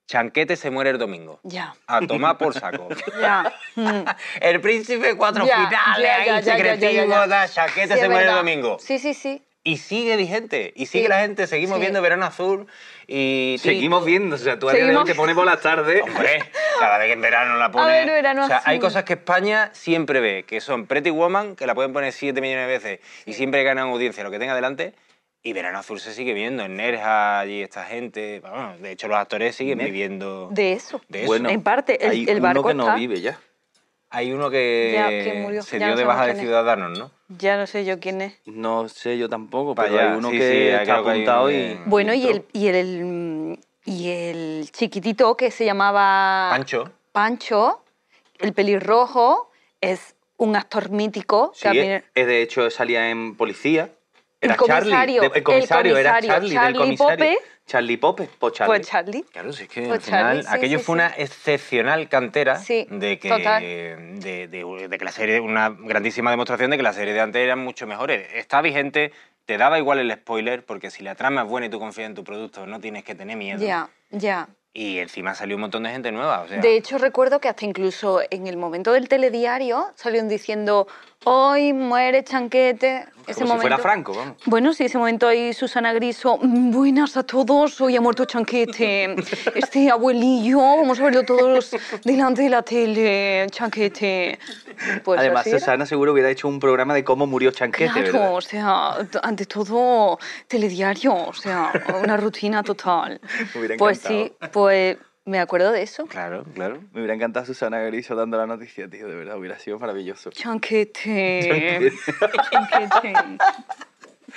S5: Chanquete se muere el domingo.
S4: Ya.
S5: A tomar por saco.
S4: Ya.
S5: Este
S4: Mm.
S5: el príncipe, cuatro
S4: Ya,
S5: finales,
S4: ya,
S5: ahí,
S4: ya, ya, ya,
S5: secretivo,
S4: ya, ya.
S5: da, Chanquete
S4: Sí, es
S5: se muere el
S4: verdad.
S5: domingo.
S4: Sí, sí, sí.
S5: Y sigue vigente, y sigue
S4: Sí,
S5: la gente, seguimos
S4: sí.
S5: viendo Verano Azul y...
S6: Seguimos viendo, o sea, tú a día de
S4: Seguimos-
S6: hoy te pones por la tarde.
S5: Hombre, cada vez que en verano la pone.
S4: ver, verano
S5: o sea, hay
S4: azul.
S5: cosas que España siempre ve, que son Pretty Woman, que la pueden poner 7 millones de veces y siempre ganan audiencia lo que tenga delante. Y Verano Azul se sigue viendo, en Nerja, allí esta gente. Bueno, de hecho, los actores siguen
S6: Nerja.
S5: viviendo.
S4: De eso.
S5: De eso.
S6: Bueno,
S4: En parte, el-
S6: hay
S4: el barco
S6: uno que no
S4: está-
S6: vive ya.
S5: Hay uno que,
S4: Ya, que murió,
S5: se
S4: ya
S5: dio
S4: no
S5: de
S4: sabemos
S5: baja de
S4: quién es.
S5: Ciudadanos, ¿no?
S4: Ya no sé yo quién es.
S6: No sé yo tampoco,
S5: Para
S6: pero
S5: allá,
S6: hay uno
S5: sí,
S6: que
S5: sí,
S6: está
S5: creo que hay
S6: apuntado
S5: uno
S6: y...
S5: que-
S4: Bueno, y el,
S6: entró.
S4: y el, mm, y el chiquitito que se llamaba...
S5: Pancho.
S4: Pancho, el pelirrojo, es un actor mítico.
S6: Sí,
S4: que a mí-
S6: es- es de hecho salía en Policía. Era
S4: el comisario,
S6: Charlie. de- el comisario, era Charlie, del comisario.
S4: Pope
S6: Charlie Pope, pues Charlie.
S4: Pues Charlie.
S5: Claro, si es que al
S4: Pues
S5: final
S4: Charlie, sí,
S5: aquello
S4: sí,
S5: fue
S4: sí.
S5: una excepcional cantera
S4: Sí,
S5: de que
S4: total.
S5: De, de- de que la serie, una grandísima demostración de que la serie de antes eran mucho mejores. Está vigente, te daba igual el spoiler, porque si la trama es buena y tú confías en tu producto, no tienes que tener miedo.
S4: Ya, ya.
S5: Y encima salió un montón de gente nueva. O sea,
S4: De hecho, recuerdo que hasta incluso en el momento del telediario salieron diciendo, hoy muere Chanquete.
S6: como si fuera Franco, vamos.
S4: Bueno, sí, ese momento ahí Susana Griso, "Mm, buenas a todos, hoy ha muerto Chanquete, este abuelillo, vamos a verlo todos delante de la tele, Chanquete. Pues
S6: Además,
S4: así era.
S6: Susana seguro hubiera hecho un programa de cómo murió Chanquete,
S4: Claro,
S6: ¿verdad?
S4: o sea, t- ante todo telediario, o sea, una rutina total.
S6: Me hubiera
S4: Pues sí,
S6: encantado.
S4: pues me acuerdo de eso.
S5: claro, claro.
S6: Me hubiera encantado Susana Griso dando la noticia, tío, de verdad, hubiera sido maravilloso.
S4: Chanquete. Chanquete.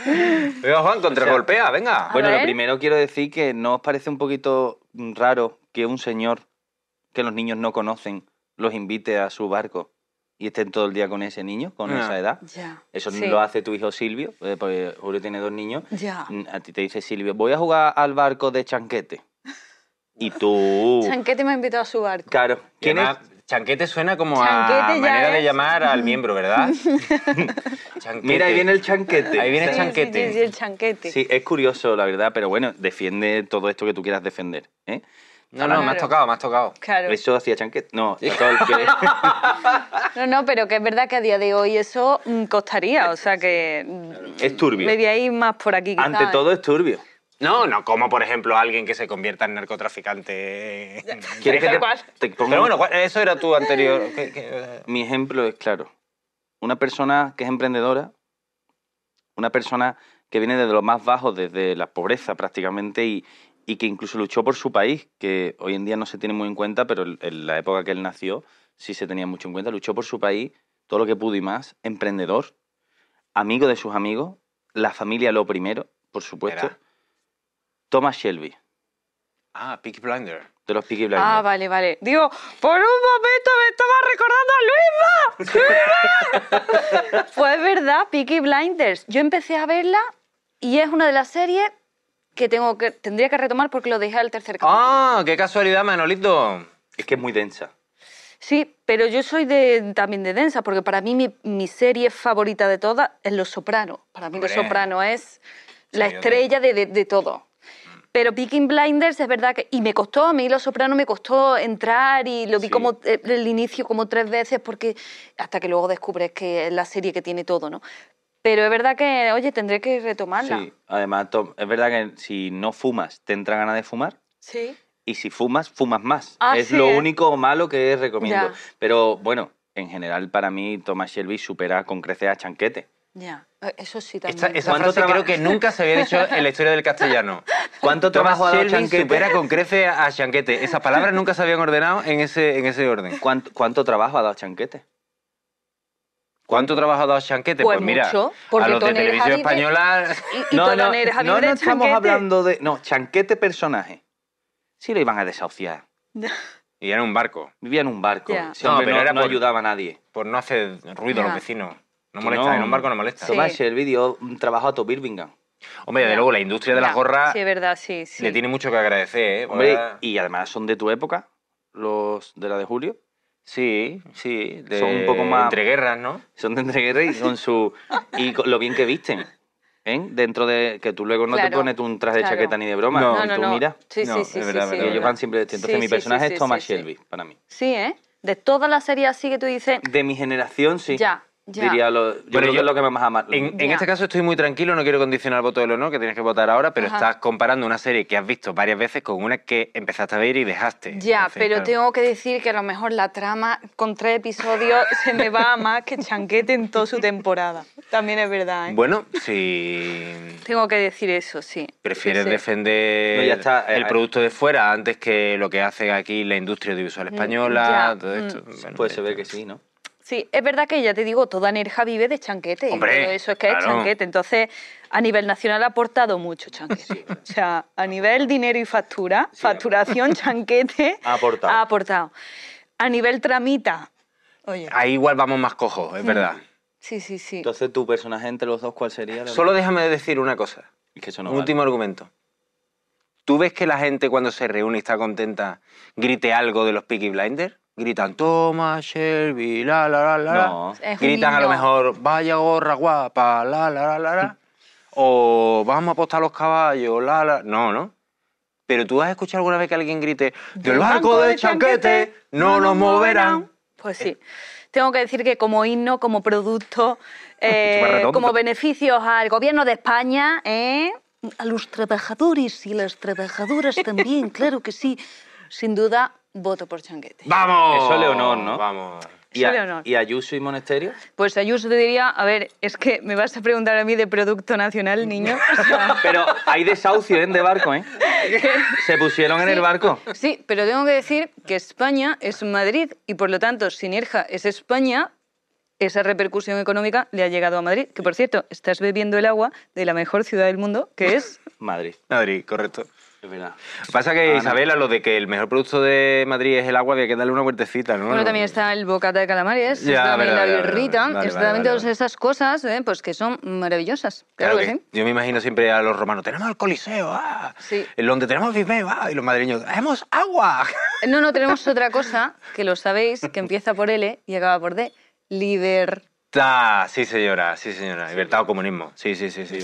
S5: Venga, Juan, contragolpea, venga.
S6: Bueno, lo
S4: ver.
S6: primero quiero decir que no os parece un poquito mm, raro que un señor que los niños no conocen los invite a su barco y estén todo el día con ese niño, con
S4: Ah.
S5: No.
S6: esa edad.
S4: Ya.
S6: Eso
S4: sí,
S6: lo hace tu hijo Silvio, eh, porque Julio tiene dos niños.
S4: Ya.
S6: Mm, A ti te dice Silvio, voy a jugar al barco de Chanquete. Y tú...
S4: Chanquete me ha invitado a su barco.
S6: Claro. ¿Quién
S5: ¿Quién
S6: es?
S5: Chanquete suena como a
S4: Chanquete ya
S5: manera de
S4: es-
S5: llamar al miembro, ¿verdad?
S6: Mira, ahí viene el Chanquete.
S5: Ahí
S6: Sí.
S5: viene el Chanquete.
S4: Sí, sí, sí, el chanquete.
S6: Sí, es curioso, la verdad, pero bueno, defiende todo esto que tú quieras defender. ¿eh?
S5: No, no, me has
S4: Claro.
S5: tocado, me has tocado.
S4: Claro.
S6: Eso hacía Chanquete. No, todo el que-
S4: No, no, pero que es verdad que a día de hoy eso mm, costaría, o sea que... mm,
S6: es turbio.
S4: Me voy a ir más por aquí. quizá,
S6: Ante
S4: ¿eh?
S6: todo es turbio.
S5: No, no, como por ejemplo alguien que se convierta en narcotraficante. eh,
S6: ¿Quieres que
S4: Tal
S6: te,
S4: cual.
S6: te ponga
S5: Pero bueno, Juan, eso era tu anterior. ¿qué- qué?
S6: Mi ejemplo es claro. Una persona que es emprendedora, una persona que viene desde lo más bajo, desde la pobreza prácticamente, y, y que incluso luchó por su país, que hoy en día no se tiene muy en cuenta, pero en- en la época que él nació sí se tenía mucho en cuenta. Luchó por su país, todo lo que pudo y más, emprendedor, amigo de sus amigos, la familia lo primero, por supuesto.
S5: Verá.
S6: Thomas Shelby,
S5: Ah, Peaky Blinder.
S6: de los Peaky Blinders.
S4: Ah, vale, vale. Digo, por un momento me estaba recordando a Luisma. ¡Luisma! pues es verdad, Peaky Blinders. Yo empecé a verla y es una de las series que, tengo que tendría que retomar porque lo dejé al tercer capítulo.
S5: ¡Ah! ¡Qué casualidad, Manolito!
S6: Es que es muy densa.
S4: Sí, pero yo soy de, también de densa porque para mí mi, mi serie favorita de todas es Los Soprano. Para mí Los
S5: Hombre.
S4: Soprano es la
S5: Sí, yo Mm.
S4: estrella de, de- de todo. Pero Peaky Blinders es verdad que... Y me costó, a mí Los Soprano me costó entrar y lo vi
S6: Sí.
S4: como eh, el inicio como tres veces porque hasta que luego descubres que es la serie que tiene todo, ¿no? Pero es verdad que, oye, tendré que retomarla.
S6: Sí, además, Tom, es verdad que si no fumas, te entra ganas de fumar.
S4: Sí.
S6: Y si fumas, fumas más.
S4: Ah,
S6: es
S4: sí,
S6: lo
S4: ¿eh?
S6: único malo que recomiendo.
S4: Ya.
S6: Pero bueno, en general, para mí, Thomas Shelby supera con creces a Chanquete.
S4: Ya, Eh, eso sí también.
S5: Esta, esa
S6: ¿Cuánto
S5: frase
S6: traba-
S5: creo que nunca se había dicho en la historia del castellano.
S6: ¿Cuánto trabajo ha
S5: Thomas
S6: dado
S5: Shelby
S6: Chanquete?
S5: supera con crece a Chanquete. Esas palabras nunca se habían ordenado en ese, en ese orden.
S6: ¿Cuánto, cuánto trabajo ha dado Chanquete?
S5: ¿Cuánto trabajo ha dado Chanquete?
S4: Pues
S5: Pues, mira,
S4: mucho, porque
S5: a los de
S4: Tonel
S5: televisión
S4: Javi-
S5: española...
S4: Y, y
S6: no, no,
S4: Tonel Javi
S6: no,
S4: de
S6: no estamos
S4: Chanquete.
S6: hablando de... No, Chanquete personaje. Sí lo iban a desahuciar.
S5: Y era un barco,
S6: Vivía en un barco.
S4: Ya.
S6: Ese hombre
S5: No, pero
S6: no,
S5: era
S6: no
S5: por-
S6: ayudaba a nadie.
S5: por Pues no hacer ruido a los
S4: Ya.
S5: vecinos. No
S6: Que
S5: molesta,
S6: no.
S5: en un barco no molesta.
S4: Sí.
S6: Thomas Shelby dio un trabajo a Toby Birmingham.
S5: Hombre, de
S4: Ya.
S5: luego la industria de las
S4: Ya,
S5: gorras
S4: Sí, es verdad, sí, sí.
S5: le tiene mucho que agradecer, ¿eh?
S6: Hombre,
S5: Ahora-
S6: y además son de tu época, los de la de Julio.
S5: Sí, sí. de-
S6: Son un poco más-
S5: Entre guerras, ¿no?
S6: Son de entreguerra y con su. y con lo bien que visten. ¿eh? Dentro de. que tú luego no te
S4: Claro,
S6: pones tú un traje
S4: claro.
S6: de chaqueta ni de broma.
S5: No.
S6: y
S4: No, no,
S6: tú
S4: no.
S6: miras.
S4: Sí,
S5: No,
S4: sí,
S5: es
S4: sí, sí,
S5: verdad,
S4: sí,
S5: es verdad.
S6: y
S4: es
S6: ellos
S4: verdad.
S6: van siempre vestidos. Entonces
S4: Sí,
S6: mi
S4: sí,
S6: personaje
S4: sí,
S6: es
S4: sí,
S6: Thomas
S4: sí, sí.
S6: Shelby, para mí.
S4: Sí, ¿eh? De todas las series así que tú dices,
S6: De mi generación, sí.
S4: Ya, ya.
S6: Diría lo. Yo
S5: Pero
S6: creo que
S5: yo-
S6: es lo que más ama.
S5: En, en
S4: Ya.
S5: este caso estoy muy tranquilo, no quiero condicionar el voto del honor, que tienes que votar ahora, pero
S4: Ajá.
S5: estás comparando una serie que has visto varias veces con una que empezaste a ver y dejaste.
S4: ya,
S5: Entonces,
S4: pero
S5: claro.
S4: tengo que decir que a lo mejor la trama con tres episodios se me va más que Chanquete en toda su temporada. También es verdad, ¿eh?
S5: Bueno, si
S4: Tengo que decir eso, sí.
S5: prefieres
S4: Sí, sí.
S5: defender
S6: No, ya está, eh,
S5: el producto de fuera antes que lo que hace aquí la industria audiovisual española,
S4: Mm, ya, Mm.
S5: todo esto. bueno,
S6: Pues se
S5: ya
S6: ve
S5: está.
S6: que sí, ¿no?
S4: Sí, es verdad que ya te digo, toda Nerja vive de Chanquete. y
S5: Hombre,
S4: todo eso es que es
S5: claro.
S4: Chanquete. Entonces, a nivel nacional ha aportado mucho Chanquete. O sea, a nivel dinero y factura, facturación, Chanquete.
S6: Ha aportado.
S4: Ha aportado. A nivel tramita. Oye.
S5: Ahí igual vamos más cojos,
S4: Mm.
S5: es verdad.
S4: Sí, sí, sí.
S6: Entonces tu personaje entre los dos, ¿cuál sería? la-
S5: Solo déjame decir una cosa,
S6: Es que eso no
S5: un
S6: vale.
S5: último argumento. ¿Tú ves que la gente cuando se reúne y está contenta grite algo de los Peaky Blinders? Gritan, toma, Shelby, la, la, la, la. la".
S6: No.
S4: Es un
S5: Gritan a lo
S4: himno.
S5: mejor, vaya gorra guapa, la, la, la, la, la. O vamos a apostar los caballos, la, la. No, no. Pero tú has escuchado alguna vez que alguien grite, del barco de chanquete no nos moverán. Eh.
S4: Pues sí. Tengo que decir que como himno, como producto, eh,
S6: Súper redondo.
S4: como beneficios al gobierno de España, ¿eh? a los trabajadores y las trabajadoras también, claro que sí. Sin duda, voto por Changuete.
S5: ¡Vamos!
S6: Eso Leonor, ¿no?
S5: Vamos.
S6: ¿Y, a-
S4: Leonor.
S6: ¿Y Ayuso y Monasterio?
S4: Pues Ayuso te diría, a ver, es que me vas a preguntar a mí de Producto Nacional, niño. O sea,
S6: Pero hay desahucio ¿eh? de barco, ¿eh? Se pusieron en el barco.
S4: sí, pero tengo que decir que España es Madrid y por lo tanto, si Nerja es España, esa repercusión económica le ha llegado a Madrid. Que por cierto, estás bebiendo el agua de la mejor ciudad del mundo, que es
S6: Madrid.
S5: Madrid, correcto.
S6: Es verdad.
S5: Pasa que
S6: Ah, no.
S5: Isabela, lo de que el mejor producto de Madrid es el agua, había que darle una vueltecita, ¿no?
S4: Bueno, también está el bocata de calamares,
S5: Ya,
S4: está también
S5: vale, vale,
S4: la
S5: vale,
S4: birrita,
S5: vale,
S4: está
S5: vale,
S4: también
S5: vale,
S4: todas
S5: vale.
S4: esas cosas eh, pues que son maravillosas. Claro, que, sí.
S5: Yo me imagino siempre a los romanos, tenemos el Coliseo, ah,
S4: Sí.
S5: en donde tenemos Vimeo, ah, y los madrileños, ¡hemos agua!
S4: Eh, No, no, tenemos otra cosa que lo sabéis, que empieza por L y acaba por D. Liber.
S5: Ah, sí señora, sí señora, libertad o comunismo, sí, sí, sí, sí.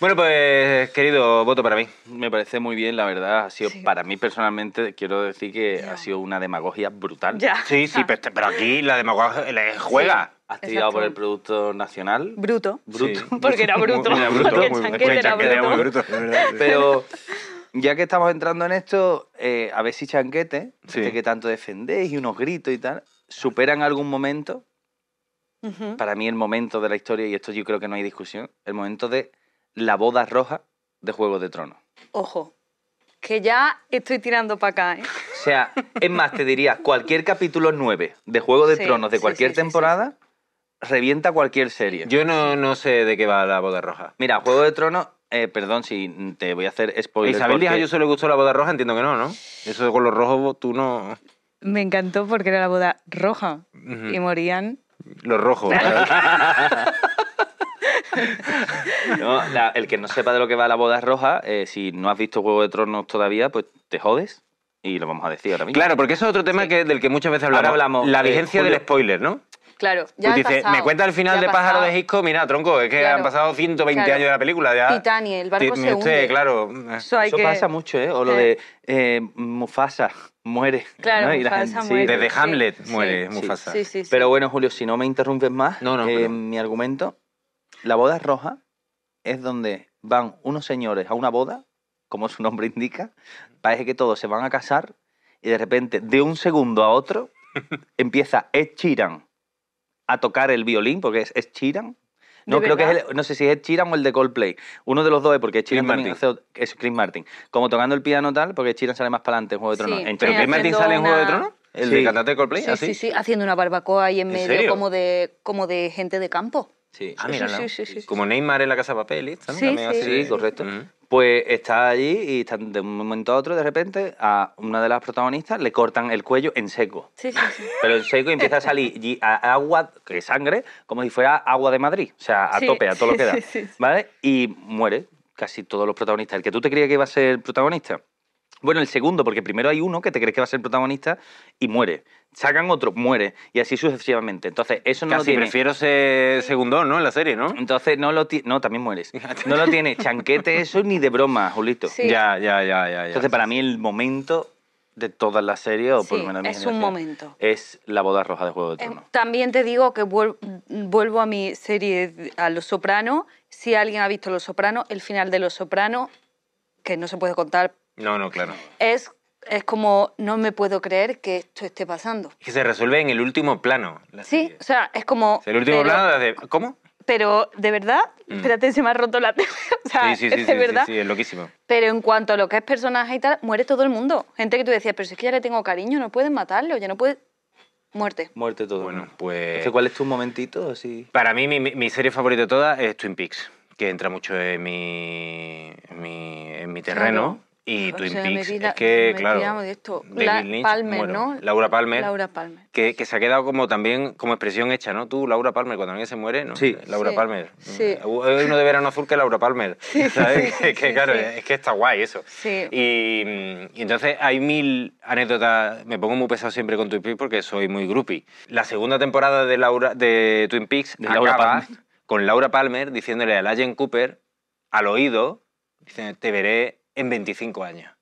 S5: Bueno, pues, querido, voto para mí.
S6: Me parece muy bien, la verdad. Ha sido, para mí personalmente, quiero decir que ha sido una demagogia brutal.
S4: Ya. Ah.
S5: Sí, sí, pero, este, pero aquí la demagogia le juega.
S6: Has tirado por el Producto Nacional.
S4: Bruto.
S6: Bruto.
S4: Porque era bruto,
S5: Muy- muy
S4: porque
S5: muy-
S4: Chanquete
S5: muy
S4: era
S5: muy
S4: bruto.
S5: de verdad.
S6: Pero ya que estamos entrando en esto, eh, a ver si Chanquete,
S5: Sí.
S6: este que tanto defendéis y unos gritos y tal, superan algún momento. Para mí el momento de la historia, y esto yo creo que no hay discusión, el momento de la boda roja de Juego de Tronos.
S4: Ojo, que ya estoy tirando para acá. ¿eh?
S6: O sea, es más, te diría, cualquier capítulo 9 de Juego de
S4: Sí,
S6: Tronos de
S4: sí,
S6: cualquier
S4: sí, sí, sí,
S6: temporada revienta cualquier serie.
S5: Yo no, no sé de qué va la boda roja.
S6: Mira, Juego de Tronos, eh, perdón si te voy a hacer spoiler.
S5: Isabel Díaz
S6: porque-
S5: yo se le gustó la boda roja, entiendo que no, ¿no? Eso de color rojo, tú no...
S4: Me encantó porque era la boda roja
S5: Ujú.
S4: y morían.
S5: Los rojos.
S6: No, la- el que no sepa de lo que va la boda roja, eh, si no has visto Juego de Tronos todavía, pues te jodes. Y lo vamos a decir ahora mismo.
S5: Claro, porque eso es otro tema que, del que muchas veces hablamos.
S6: Ahora hablamos,
S5: La
S6: eh,
S5: vigencia
S6: Julio.
S5: del spoiler, ¿no?
S4: Claro, ya
S5: Tú
S4: ha
S5: dices,
S4: pasado,
S5: Pues me cuenta el final
S4: ya
S5: de
S4: ha
S5: Pájaro de
S4: pasado.
S5: Hitchcock, mira, tronco, es que
S4: Claro,
S5: han pasado 120
S4: claro.
S5: años de la película ya.
S4: Titanic, el barco
S5: Ti-
S4: se
S5: usted,
S4: hunde.
S5: claro. eh,
S4: Eso hay
S6: Eso
S4: que-
S6: pasa mucho, ¿eh? O lo de eh, Mufasa muere.
S4: Claro,
S6: ¿no? Y la
S4: Mufasa
S6: gente- sí,
S4: muere.
S5: Desde
S4: Sí,
S5: Hamlet
S4: sí,
S5: muere
S6: sí,
S5: Mufasa.
S4: Sí, sí, sí.
S6: Pero bueno, Julio, si no me interrumpes más,
S5: No, no,
S6: eh,
S5: pero-
S6: mi argumento, la boda roja es donde van unos señores a una boda, como su nombre indica, parece que todos se van a casar y de repente, de un segundo a otro, empieza Ed Sheeran a tocar el violín, porque es Ed Sheeran. No,
S4: ¿De
S6: creo que es
S4: verdad?
S6: el- no sé si es Ed Sheeran o el de Coldplay. Uno de los dos es porque Ed
S5: Chris
S6: Sheeran también
S5: Martin.
S6: hace ot- es Chris Martin. Como tocando el piano tal, porque Ed Sheeran sale más para adelante en Juego de
S4: Sí,
S6: Tronos. En
S4: pero
S6: Chris
S5: ¿Pero
S4: Mira,
S5: Chris Martin
S4: haciendo
S5: sale en Juego de
S4: una-
S5: Tronos? ¿El
S6: Sí.
S5: de cantante de Coldplay? ¿Ah,
S4: sí,
S5: ¿Así?
S4: sí, sí, haciendo una barbacoa ahí en
S5: ¿En
S4: medio,
S5: serio?
S4: como de como de gente de campo.
S6: Sí.
S5: Ah, mira,
S4: Sí,
S5: ¿no?
S4: sí, sí, sí.
S5: Como Neymar en la Casa de Papel, ¿eh?
S4: Sí,
S5: También
S4: sí.
S5: así
S6: Sí,
S5: de-
S6: correcto.
S5: Ujú.
S6: Pues está allí y están de un momento a otro, de repente, a una de las protagonistas le cortan el cuello en seco.
S4: Sí, sí, sí.
S6: Pero en seco y empieza a salir y- a- agua, que sangre, como si fuera agua de Madrid. O sea, a
S4: Sí,
S6: tope, a todo lo que da.
S4: sí, sí, sí.
S6: ¿Vale? Y muere casi todos los protagonistas. El que tú te creías que iba a ser el protagonista. Bueno, el segundo, porque primero hay uno que te crees que va a ser el protagonista y muere. Sacan otro, muere. Y así sucesivamente. Entonces, eso no lo
S5: Casi
S6: tiene.
S5: prefiero ser segundón, ¿no? En la serie, ¿no?
S4: Mm.
S6: Entonces, no lo ti- No, también mueres. No lo tiene chanquete eso ni de broma, Julito.
S4: Sí.
S5: Ya, ya, ya, ya, ya.
S6: Entonces, para mí, el momento de todas las series, o por lo
S4: Sí,
S6: menos de mi
S4: es un
S6: generación,
S4: momento.
S6: Es la boda roja de Juego de
S4: Eh,
S6: Tronos.
S4: También te digo que vuel- vuelvo a mi serie, a Los Soprano. Si alguien ha visto Los Soprano, el final de Los Soprano, que no se puede contar,
S5: No, no, claro.
S4: es, es como, no me puedo creer que esto esté pasando.
S5: Es que se resuelve en el último plano. la
S4: Sí,
S5: serie.
S4: o sea, es como...
S5: O sea, el último
S4: pero,
S5: plano de... ¿Cómo?
S4: Pero, de verdad,
S5: Mm.
S4: espérate, se me ha roto la tele. O sea,
S5: sí, sí,
S4: de
S5: sí, sí, sí,
S4: Ah, verdad.
S5: sí, es loquísimo.
S4: Pero en cuanto a lo que es personaje y tal, muere todo el mundo. Gente que tú decías, pero si es que ya le tengo cariño, no pueden matarlo, ya no puede... Muerte.
S6: Muerte todo.
S5: Bueno,
S6: Entonces,
S5: pues...
S6: ¿cuál es tu momentito? Así?
S5: Para mí, mi, mi- mi serie favorita de todas es Twin Peaks, que entra mucho en mi, en mi, en mi terreno. Y
S4: O
S5: Twin
S4: sea, me
S5: Peaks,
S4: vi la-
S5: es que,
S4: me
S5: claro,
S4: pillamos de esto.
S5: David
S4: La-
S5: Lynch,
S4: Palmer,
S5: bueno,
S4: ¿no?
S5: Laura Palmer,
S4: Laura Palmer.
S5: Que, que se ha quedado como también como expresión hecha, ¿no? Tú, Laura Palmer, cuando alguien se muere, ¿no?
S6: Sí.
S5: Laura
S4: Sí,
S5: Palmer.
S4: sí.
S5: Mm, Hay uno de verano azul que es Laura Palmer. ¿Sabes?
S4: sí,
S5: que, que,
S4: sí,
S5: claro,
S4: sí.
S5: es que está guay eso.
S4: Sí.
S5: Y, mm, y entonces hay mil anécdotas. Me pongo muy pesado siempre con Twin Peaks porque soy muy groupie. La segunda temporada de, Laura, de Twin Peaks
S6: De Laura
S5: acaba
S6: Palmer.
S5: con Laura Palmer diciéndole a Lajen Cooper al oído, dice, te veré en 25 años.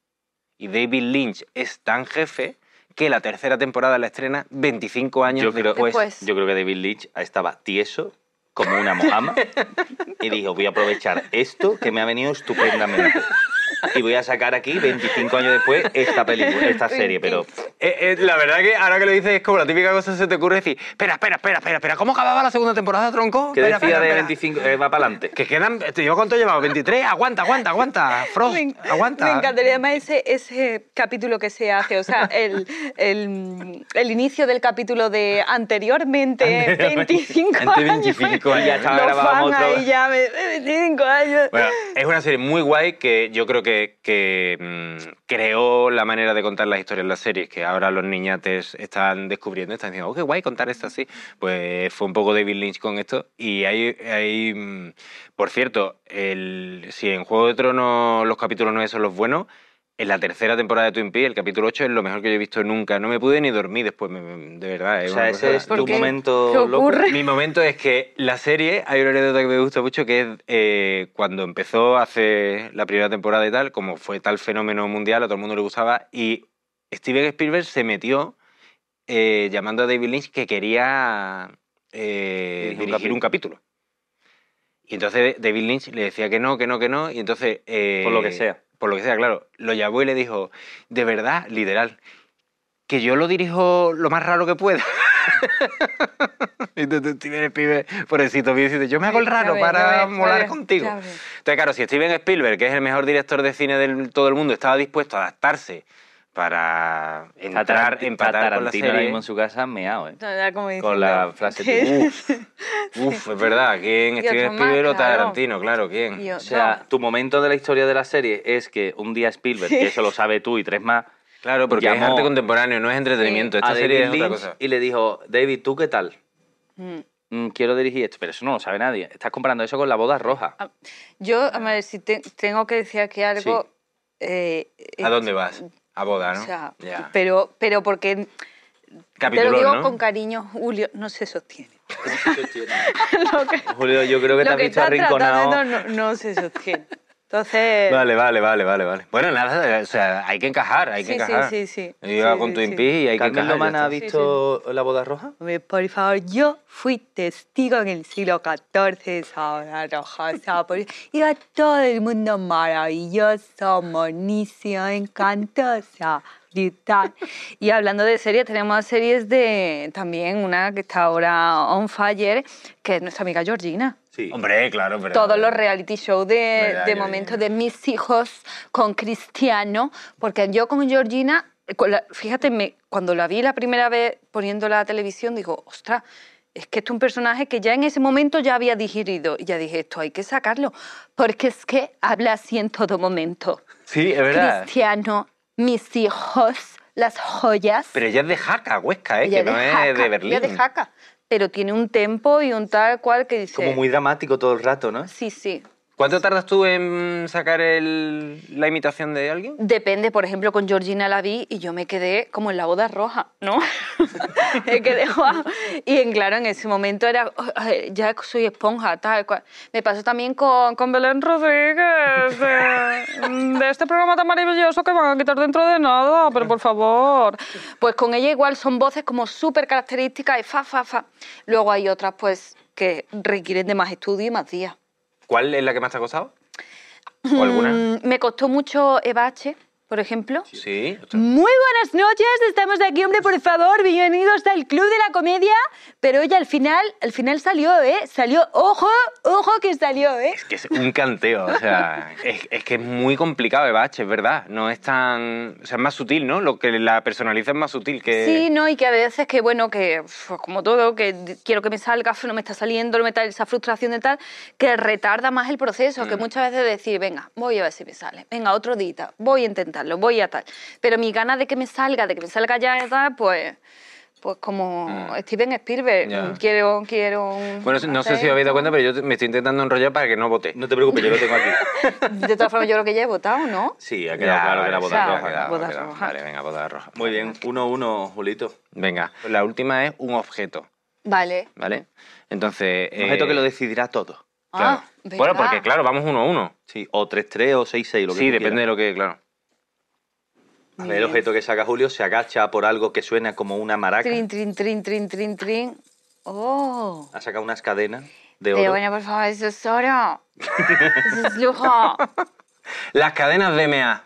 S5: Y David Lynch es tan jefe que la tercera temporada la estrena 25 años
S6: Yo creo,
S5: después.
S4: Después.
S6: yo creo que David Lynch estaba tieso como una mojama y dijo, voy a aprovechar esto que me ha venido estupendamente. Y voy a sacar aquí, 25 años después, esta película, esta serie, pero
S5: Eh, eh, la verdad que ahora que lo dices es como la típica cosa que se te ocurre decir, espera, espera, espera, espera, espera, ¿cómo acababa la segunda temporada, tronco?
S6: ¿qué
S5: Espera,
S6: decía
S5: espera,
S6: de
S5: espera.
S6: 25? Eh, va para adelante.
S5: Que quedan, ¿yo cuánto llevaba? ¿23? Aguanta, aguanta, aguanta. Frost,
S4: Me-
S5: Oh, aguanta. ¿eh?
S4: Me encantaría además ese, ese capítulo que se hace, o sea, el, el, mm, el inicio del capítulo de anteriormente 25 años.
S5: Ante 25 años.
S6: Ya estaba
S4: Los
S6: grabado
S4: fans
S6: otro.
S4: ahí ya, me- 25 años.
S5: Bueno, es una serie muy guay que yo creo que, que, mm, creó la manera de contar las historias en las series, que ahora los niñates están descubriendo, están diciendo, oh, qué guay contar esto así. Pues fue un poco David Lynch con esto. Y hay, hay mm, por cierto, el, si en Juego de Tronos los capítulos 9 son los buenos, en la tercera temporada de Twin Peaks, el capítulo 8 es lo mejor que yo he visto nunca. No me pude ni dormir después, me- me- de verdad.
S6: O
S5: es
S6: sea,
S5: una
S6: ese
S5: cosa-
S6: es
S4: ¿Por
S6: tu
S4: qué?
S6: momento
S4: ¿Qué
S6: loco.
S4: ocurre?
S5: mi momento es que la serie, hay una anécdota que me gusta mucho, que es eh, cuando empezó hace la primera temporada y tal, como fue tal fenómeno mundial, a todo el mundo le gustaba, y Steven Spielberg se metió eh, llamando a David Lynch que quería eh,
S6: Dirigir un
S5: dirigir un capítulo. Y entonces David Lynch le decía que no, que no, que no, y entonces... eh,
S6: Por lo que sea.
S5: Por lo que sea, claro. Lo llamó y le dijo, de verdad, literal, que yo lo dirijo lo más raro que pueda. Y tú- tú- Steven Spielberg, pobrecito, bien, dice, yo me hago el
S4: Ya
S5: raro
S4: ves, ya
S5: para
S4: ves, ya
S5: molar
S4: ves,
S5: contigo.
S4: ya ves.
S5: Entonces, claro, si Steven Spielberg, que es el mejor director de cine de todo el mundo, estaba dispuesto a adaptarse para
S6: Está
S5: entrar,
S6: Taran- está
S5: empatar con la
S6: Tarantino ahora
S5: serie...
S6: mismo en su casa meao, ¿eh?
S4: No, era como diciendo,
S6: Con la frase...
S4: ¿qué?
S6: "Uh,
S5: Uf, es verdad, ¿quién?
S4: Y
S5: Steven
S4: otro más,
S5: Spielberg o
S4: claro.
S5: Tarantino, claro, ¿quién?
S4: Y yo,
S6: O sea,
S4: no.
S6: tu momento de la historia de la serie es que un día Spielberg, que eso lo sabe tú y tres más,
S5: Claro, porque es
S6: Llamó
S5: arte contemporáneo, no es entretenimiento. Esta
S6: a
S5: serie
S6: David
S5: es otra
S6: Lynch
S5: cosa.
S6: y le dijo, David, ¿tú qué tal?
S4: Mm.
S6: Mm, quiero dirigir esto, pero eso no lo sabe nadie. Estás comparando eso con la boda roja.
S4: Ah, Yo, a ver, si te- tengo que decir aquí algo...
S6: Sí.
S4: eh, eh,
S5: ¿A dónde vas? A boda, ¿no?
S4: O sea,
S5: Ya.
S4: pero, pero porque te
S5: Capitulón,
S4: lo digo
S5: ¿no?
S4: con cariño, Julio, no se sostiene. Lo que-
S6: Julio, yo creo que te
S4: lo
S6: has
S4: que
S6: visto
S4: está tratando
S6: arrinconado.
S4: no, no se sostiene. Entonces,
S5: Vale, vale, vale, vale, vale. Bueno, nada, o sea, hay que encajar, hay que
S4: Sí, sí,
S5: encajar.
S4: sí, sí.
S5: Yo iba
S4: Sí,
S5: con
S4: sí,
S5: Twin
S4: sí.
S5: Peaks y hay que
S6: ¿Carmen
S5: encajar. ya
S6: Lomana ha
S5: está.
S6: visto la boda roja?
S4: hombre, por favor, yo fui testigo en el siglo XIV de esa boda roja. o sea, por- Iba todo el mundo maravilloso, monísimo, encantosa. brutal. Y hablando de series, tenemos series de también una que está ahora on fire, que es nuestra amiga Georgina.
S6: Sí.
S5: Hombre, claro, pero...
S4: todos los reality shows de,
S5: Verdad,
S4: de
S5: Georgina.
S4: momento de mis hijos con Cristiano, porque yo con Georgina, con la- fíjate, me, cuando la vi la primera vez poniéndola a la televisión, digo, ostras, es que esto es un personaje que ya en ese momento ya había digerido. Y ya dije, esto hay que sacarlo, porque es que habla así en todo momento.
S5: Sí, es verdad.
S4: Cristiano, mis hijos, las joyas.
S5: Pero ella es de Jaca, Huesca, ¿eh?
S4: ella
S5: Que no
S4: jaca,
S5: es de
S4: ella
S5: Berlín.
S4: de jaca, pero tiene un tempo y un tal cual que dice...
S6: Como muy dramático todo el rato, ¿no?
S4: Sí, sí.
S5: ¿Cuánto tardas tú en sacar el- la imitación de alguien?
S4: Depende, por ejemplo, con Georgina la vi y yo me quedé como en la boda roja, ¿no? me quedé guau. Y en, claro, en ese momento era, "Oh, ay, ya soy esponja, tal cual. Me pasó también con, con Belén Rodríguez, de, de este programa tan maravilloso que van a quitar dentro de nada, pero por favor. Pues con ella igual son voces como súper características y fa, fa, fa. Luego hay otras, pues, que requieren de más estudio y más días.
S5: ¿Cuál es la que más te ha costado? ¿O alguna?
S4: Mm, Me costó Mm, mucho Ebache, por ejemplo.
S5: Sí.
S7: Muy buenas noches, estamos aquí, hombre, por favor, bienvenidos al Club de la Comedia. Pero oye, al final, al final salió, ¿eh? Salió, ojo, ojo que salió, ¿eh?
S5: que es un canteo, o sea, es, es que es muy complicado de bache, es verdad, no es tan, o sea, es más sutil, ¿no? Lo que la personaliza es más sutil que...
S4: Sí, no, y que a veces que, bueno, que pues, como todo, que d- quiero que me salga, pero no me está saliendo, no me está esa frustración de tal, que retarda más el proceso,
S5: Mm.
S4: que muchas veces decir, venga, voy a ver si me sale, venga, otro día, voy a intentarlo, voy a tal. Pero mi gana de que me salga, de que me salga ya y tal, pues, pues como
S5: Mm.
S4: Steven Spielberg,
S5: Ya.
S4: quiero, quiero...
S5: Bueno, no sé si
S4: hacer
S5: os habéis dado
S4: esto.
S5: cuenta, pero yo me estoy intentando enrollar para que no vote. Pues
S6: No te preocupes, yo lo tengo aquí.
S4: De todas formas, yo creo que ya he votado, ¿no?
S6: Sí, ha
S5: Ya,
S6: quedado claro
S5: vale,
S6: que era
S5: sí,
S6: boda
S5: ha
S4: claro.
S6: roja.
S5: quedado, ha
S4: boda
S5: quedado.
S4: roja.
S5: Vale, venga, boda roja.
S6: Muy bien, 1-1, uno, uno, Julito.
S5: Venga, la última es un objeto,
S4: Vale.
S5: ¿vale? Entonces...
S6: Un objeto
S5: eh,
S6: que lo decidirá todo.
S5: claro.
S4: Ah,
S5: Bueno, porque
S4: ¿verdad?
S5: claro, vamos uno a uno.
S6: Sí, o 3-3 o 6-6, lo que
S5: Sí, depende de lo que, claro.
S6: A ver, el objeto que saca Julio se agacha por algo que suena como una maraca.
S4: Trin, trin, trin, trin, trin, trin. Oh.
S6: Ha sacado unas cadenas de
S4: Pero
S6: oro.
S4: bueno, por favor, eso es oro. Eso es lujo.
S5: Las cadenas DMA.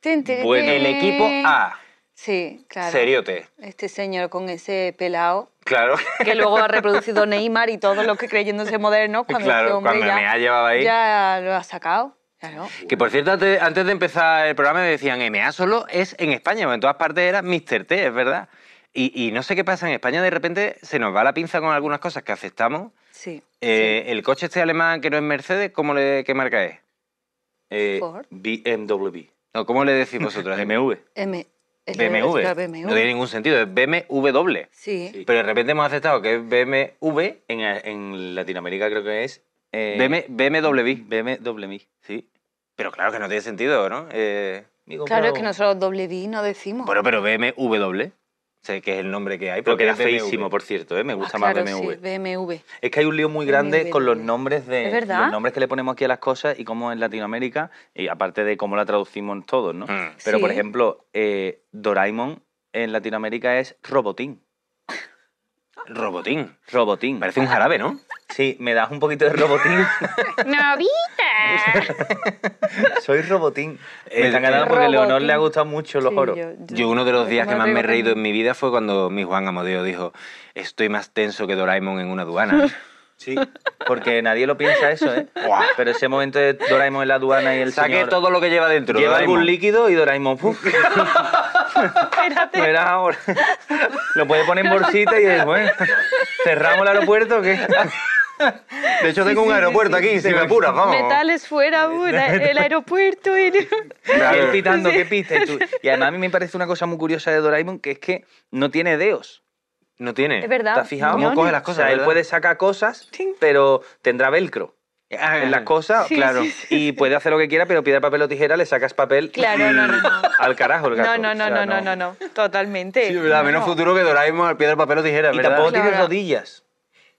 S4: Tin, tin,
S5: Bueno,
S4: tin.
S5: Pues el equipo A.
S4: Sí, Este claro.
S5: Seriote.
S4: Este señor con ese pelao
S5: Claro.
S4: que luego ha reproducido Neymar y todos los que creyéndose modernos cuando
S5: Claro,
S4: este hombre
S5: cuando
S4: ya,
S5: MA llevaba ahí.
S4: ya lo ha sacado. Claro.
S5: Que por cierto, ante- antes de empezar el programa me decían MA solo es en España, porque en todas partes era Mr. T, es verdad. Y, y no sé qué pasa, en España de repente se nos va la pinza con algunas cosas que aceptamos.
S4: Sí.
S5: Eh, El coche este alemán que no es Mercedes, ¿cómo le, ¿qué marca es?
S6: Eh,
S4: Ford.
S6: BMW.
S5: ¿O ¿Cómo le decís vosotros?
S6: BMW.
S4: M. es la-
S5: BMW.
S4: es la BMW.
S5: No tiene ningún sentido, es BMW.
S4: Sí.
S6: Sí.
S5: Pero de repente hemos aceptado que es BMW,
S6: En, en Latinoamérica creo que es... eh,
S5: BM- BMW.
S6: BMW, sí.
S5: Pero claro que no tiene sentido, ¿no? Eh,
S6: Amigo,
S4: Claro, es
S6: bravo.
S4: que nosotros doble B no decimos.
S5: bueno, pero BMW, sé que es el nombre que hay.
S6: Pero
S5: porque
S6: queda
S5: es BMW.
S6: feísimo, por cierto, ¿eh? me gusta
S4: Ah,
S6: más
S4: claro,
S6: BMW.
S4: sí, BMW.
S6: Es que hay un lío muy grande
S4: BMW.
S6: con los nombres de
S4: ¿Es verdad?
S6: los nombres que le ponemos aquí a las cosas y cómo en Latinoamérica, y aparte de cómo la traducimos todos, ¿no?
S5: Mm.
S6: Pero, por
S4: Sí.
S6: ejemplo, eh, Doraemon en Latinoamérica es Robotín.
S5: Robotín.
S6: Robotín.
S5: Parece un jarabe, ¿no?
S6: Sí, me das un poquito de Robotín.
S4: ¡Novita!
S6: Soy Robotín.
S5: Eh,
S6: Me están ganando porque a Leonor
S4: Robotín.
S6: le ha gustado mucho los
S4: Sí,
S6: oros.
S4: yo-
S5: Yo uno de los
S4: Yo
S5: días
S4: me
S5: que más me he
S4: río
S5: reído
S4: también.
S5: en mi vida fue cuando mi Juan Amodeo dijo, estoy más tenso que Doraemon en una aduana.
S6: Sí, porque nadie lo piensa eso, ¿eh? Pero ese momento de Doraemon en la aduana y el
S5: Saqué
S6: señor...
S5: todo lo que lleva dentro.
S6: Lleva
S5: Doraemon.
S6: algún líquido y Doraemon. ¡puf! Verás ahora. Lo puede poner en bolsita y dices, bueno, cerramos el aeropuerto. ¿qué?
S5: De hecho, tengo un aeropuerto aquí, si me apuras, vamos.
S4: Metales fuera, una- el aeropuerto. y-
S6: Y
S5: Claro.
S6: él pitando, qué pista. Y, tú- y además a mí me parece una cosa muy curiosa de Doraemon que es que no tiene dedos.
S5: No tiene.
S4: Es verdad.
S6: ¿Te has fijado?
S5: ¿Cómo coge las cosas,
S6: O sea, él
S5: verdad?
S6: puede sacar cosas, pero tendrá velcro.
S5: Ah,
S6: En las cosas,
S4: Sí,
S6: claro.
S4: sí,
S6: Y puede hacer lo que quiera, pero piedra, papel o tijera, le sacas papel.
S4: Claro,
S6: y
S4: no, no, no.
S6: Al carajo el gato.
S4: No, no,
S6: O
S4: no,
S6: sea,
S4: no, no, no, no, totalmente.
S5: Sí, verdad, menos futuro que Doraemon al piedra, papel o tijera,
S6: Y
S5: ¿verdad?
S6: tampoco tiene
S4: Claro.
S6: rodillas.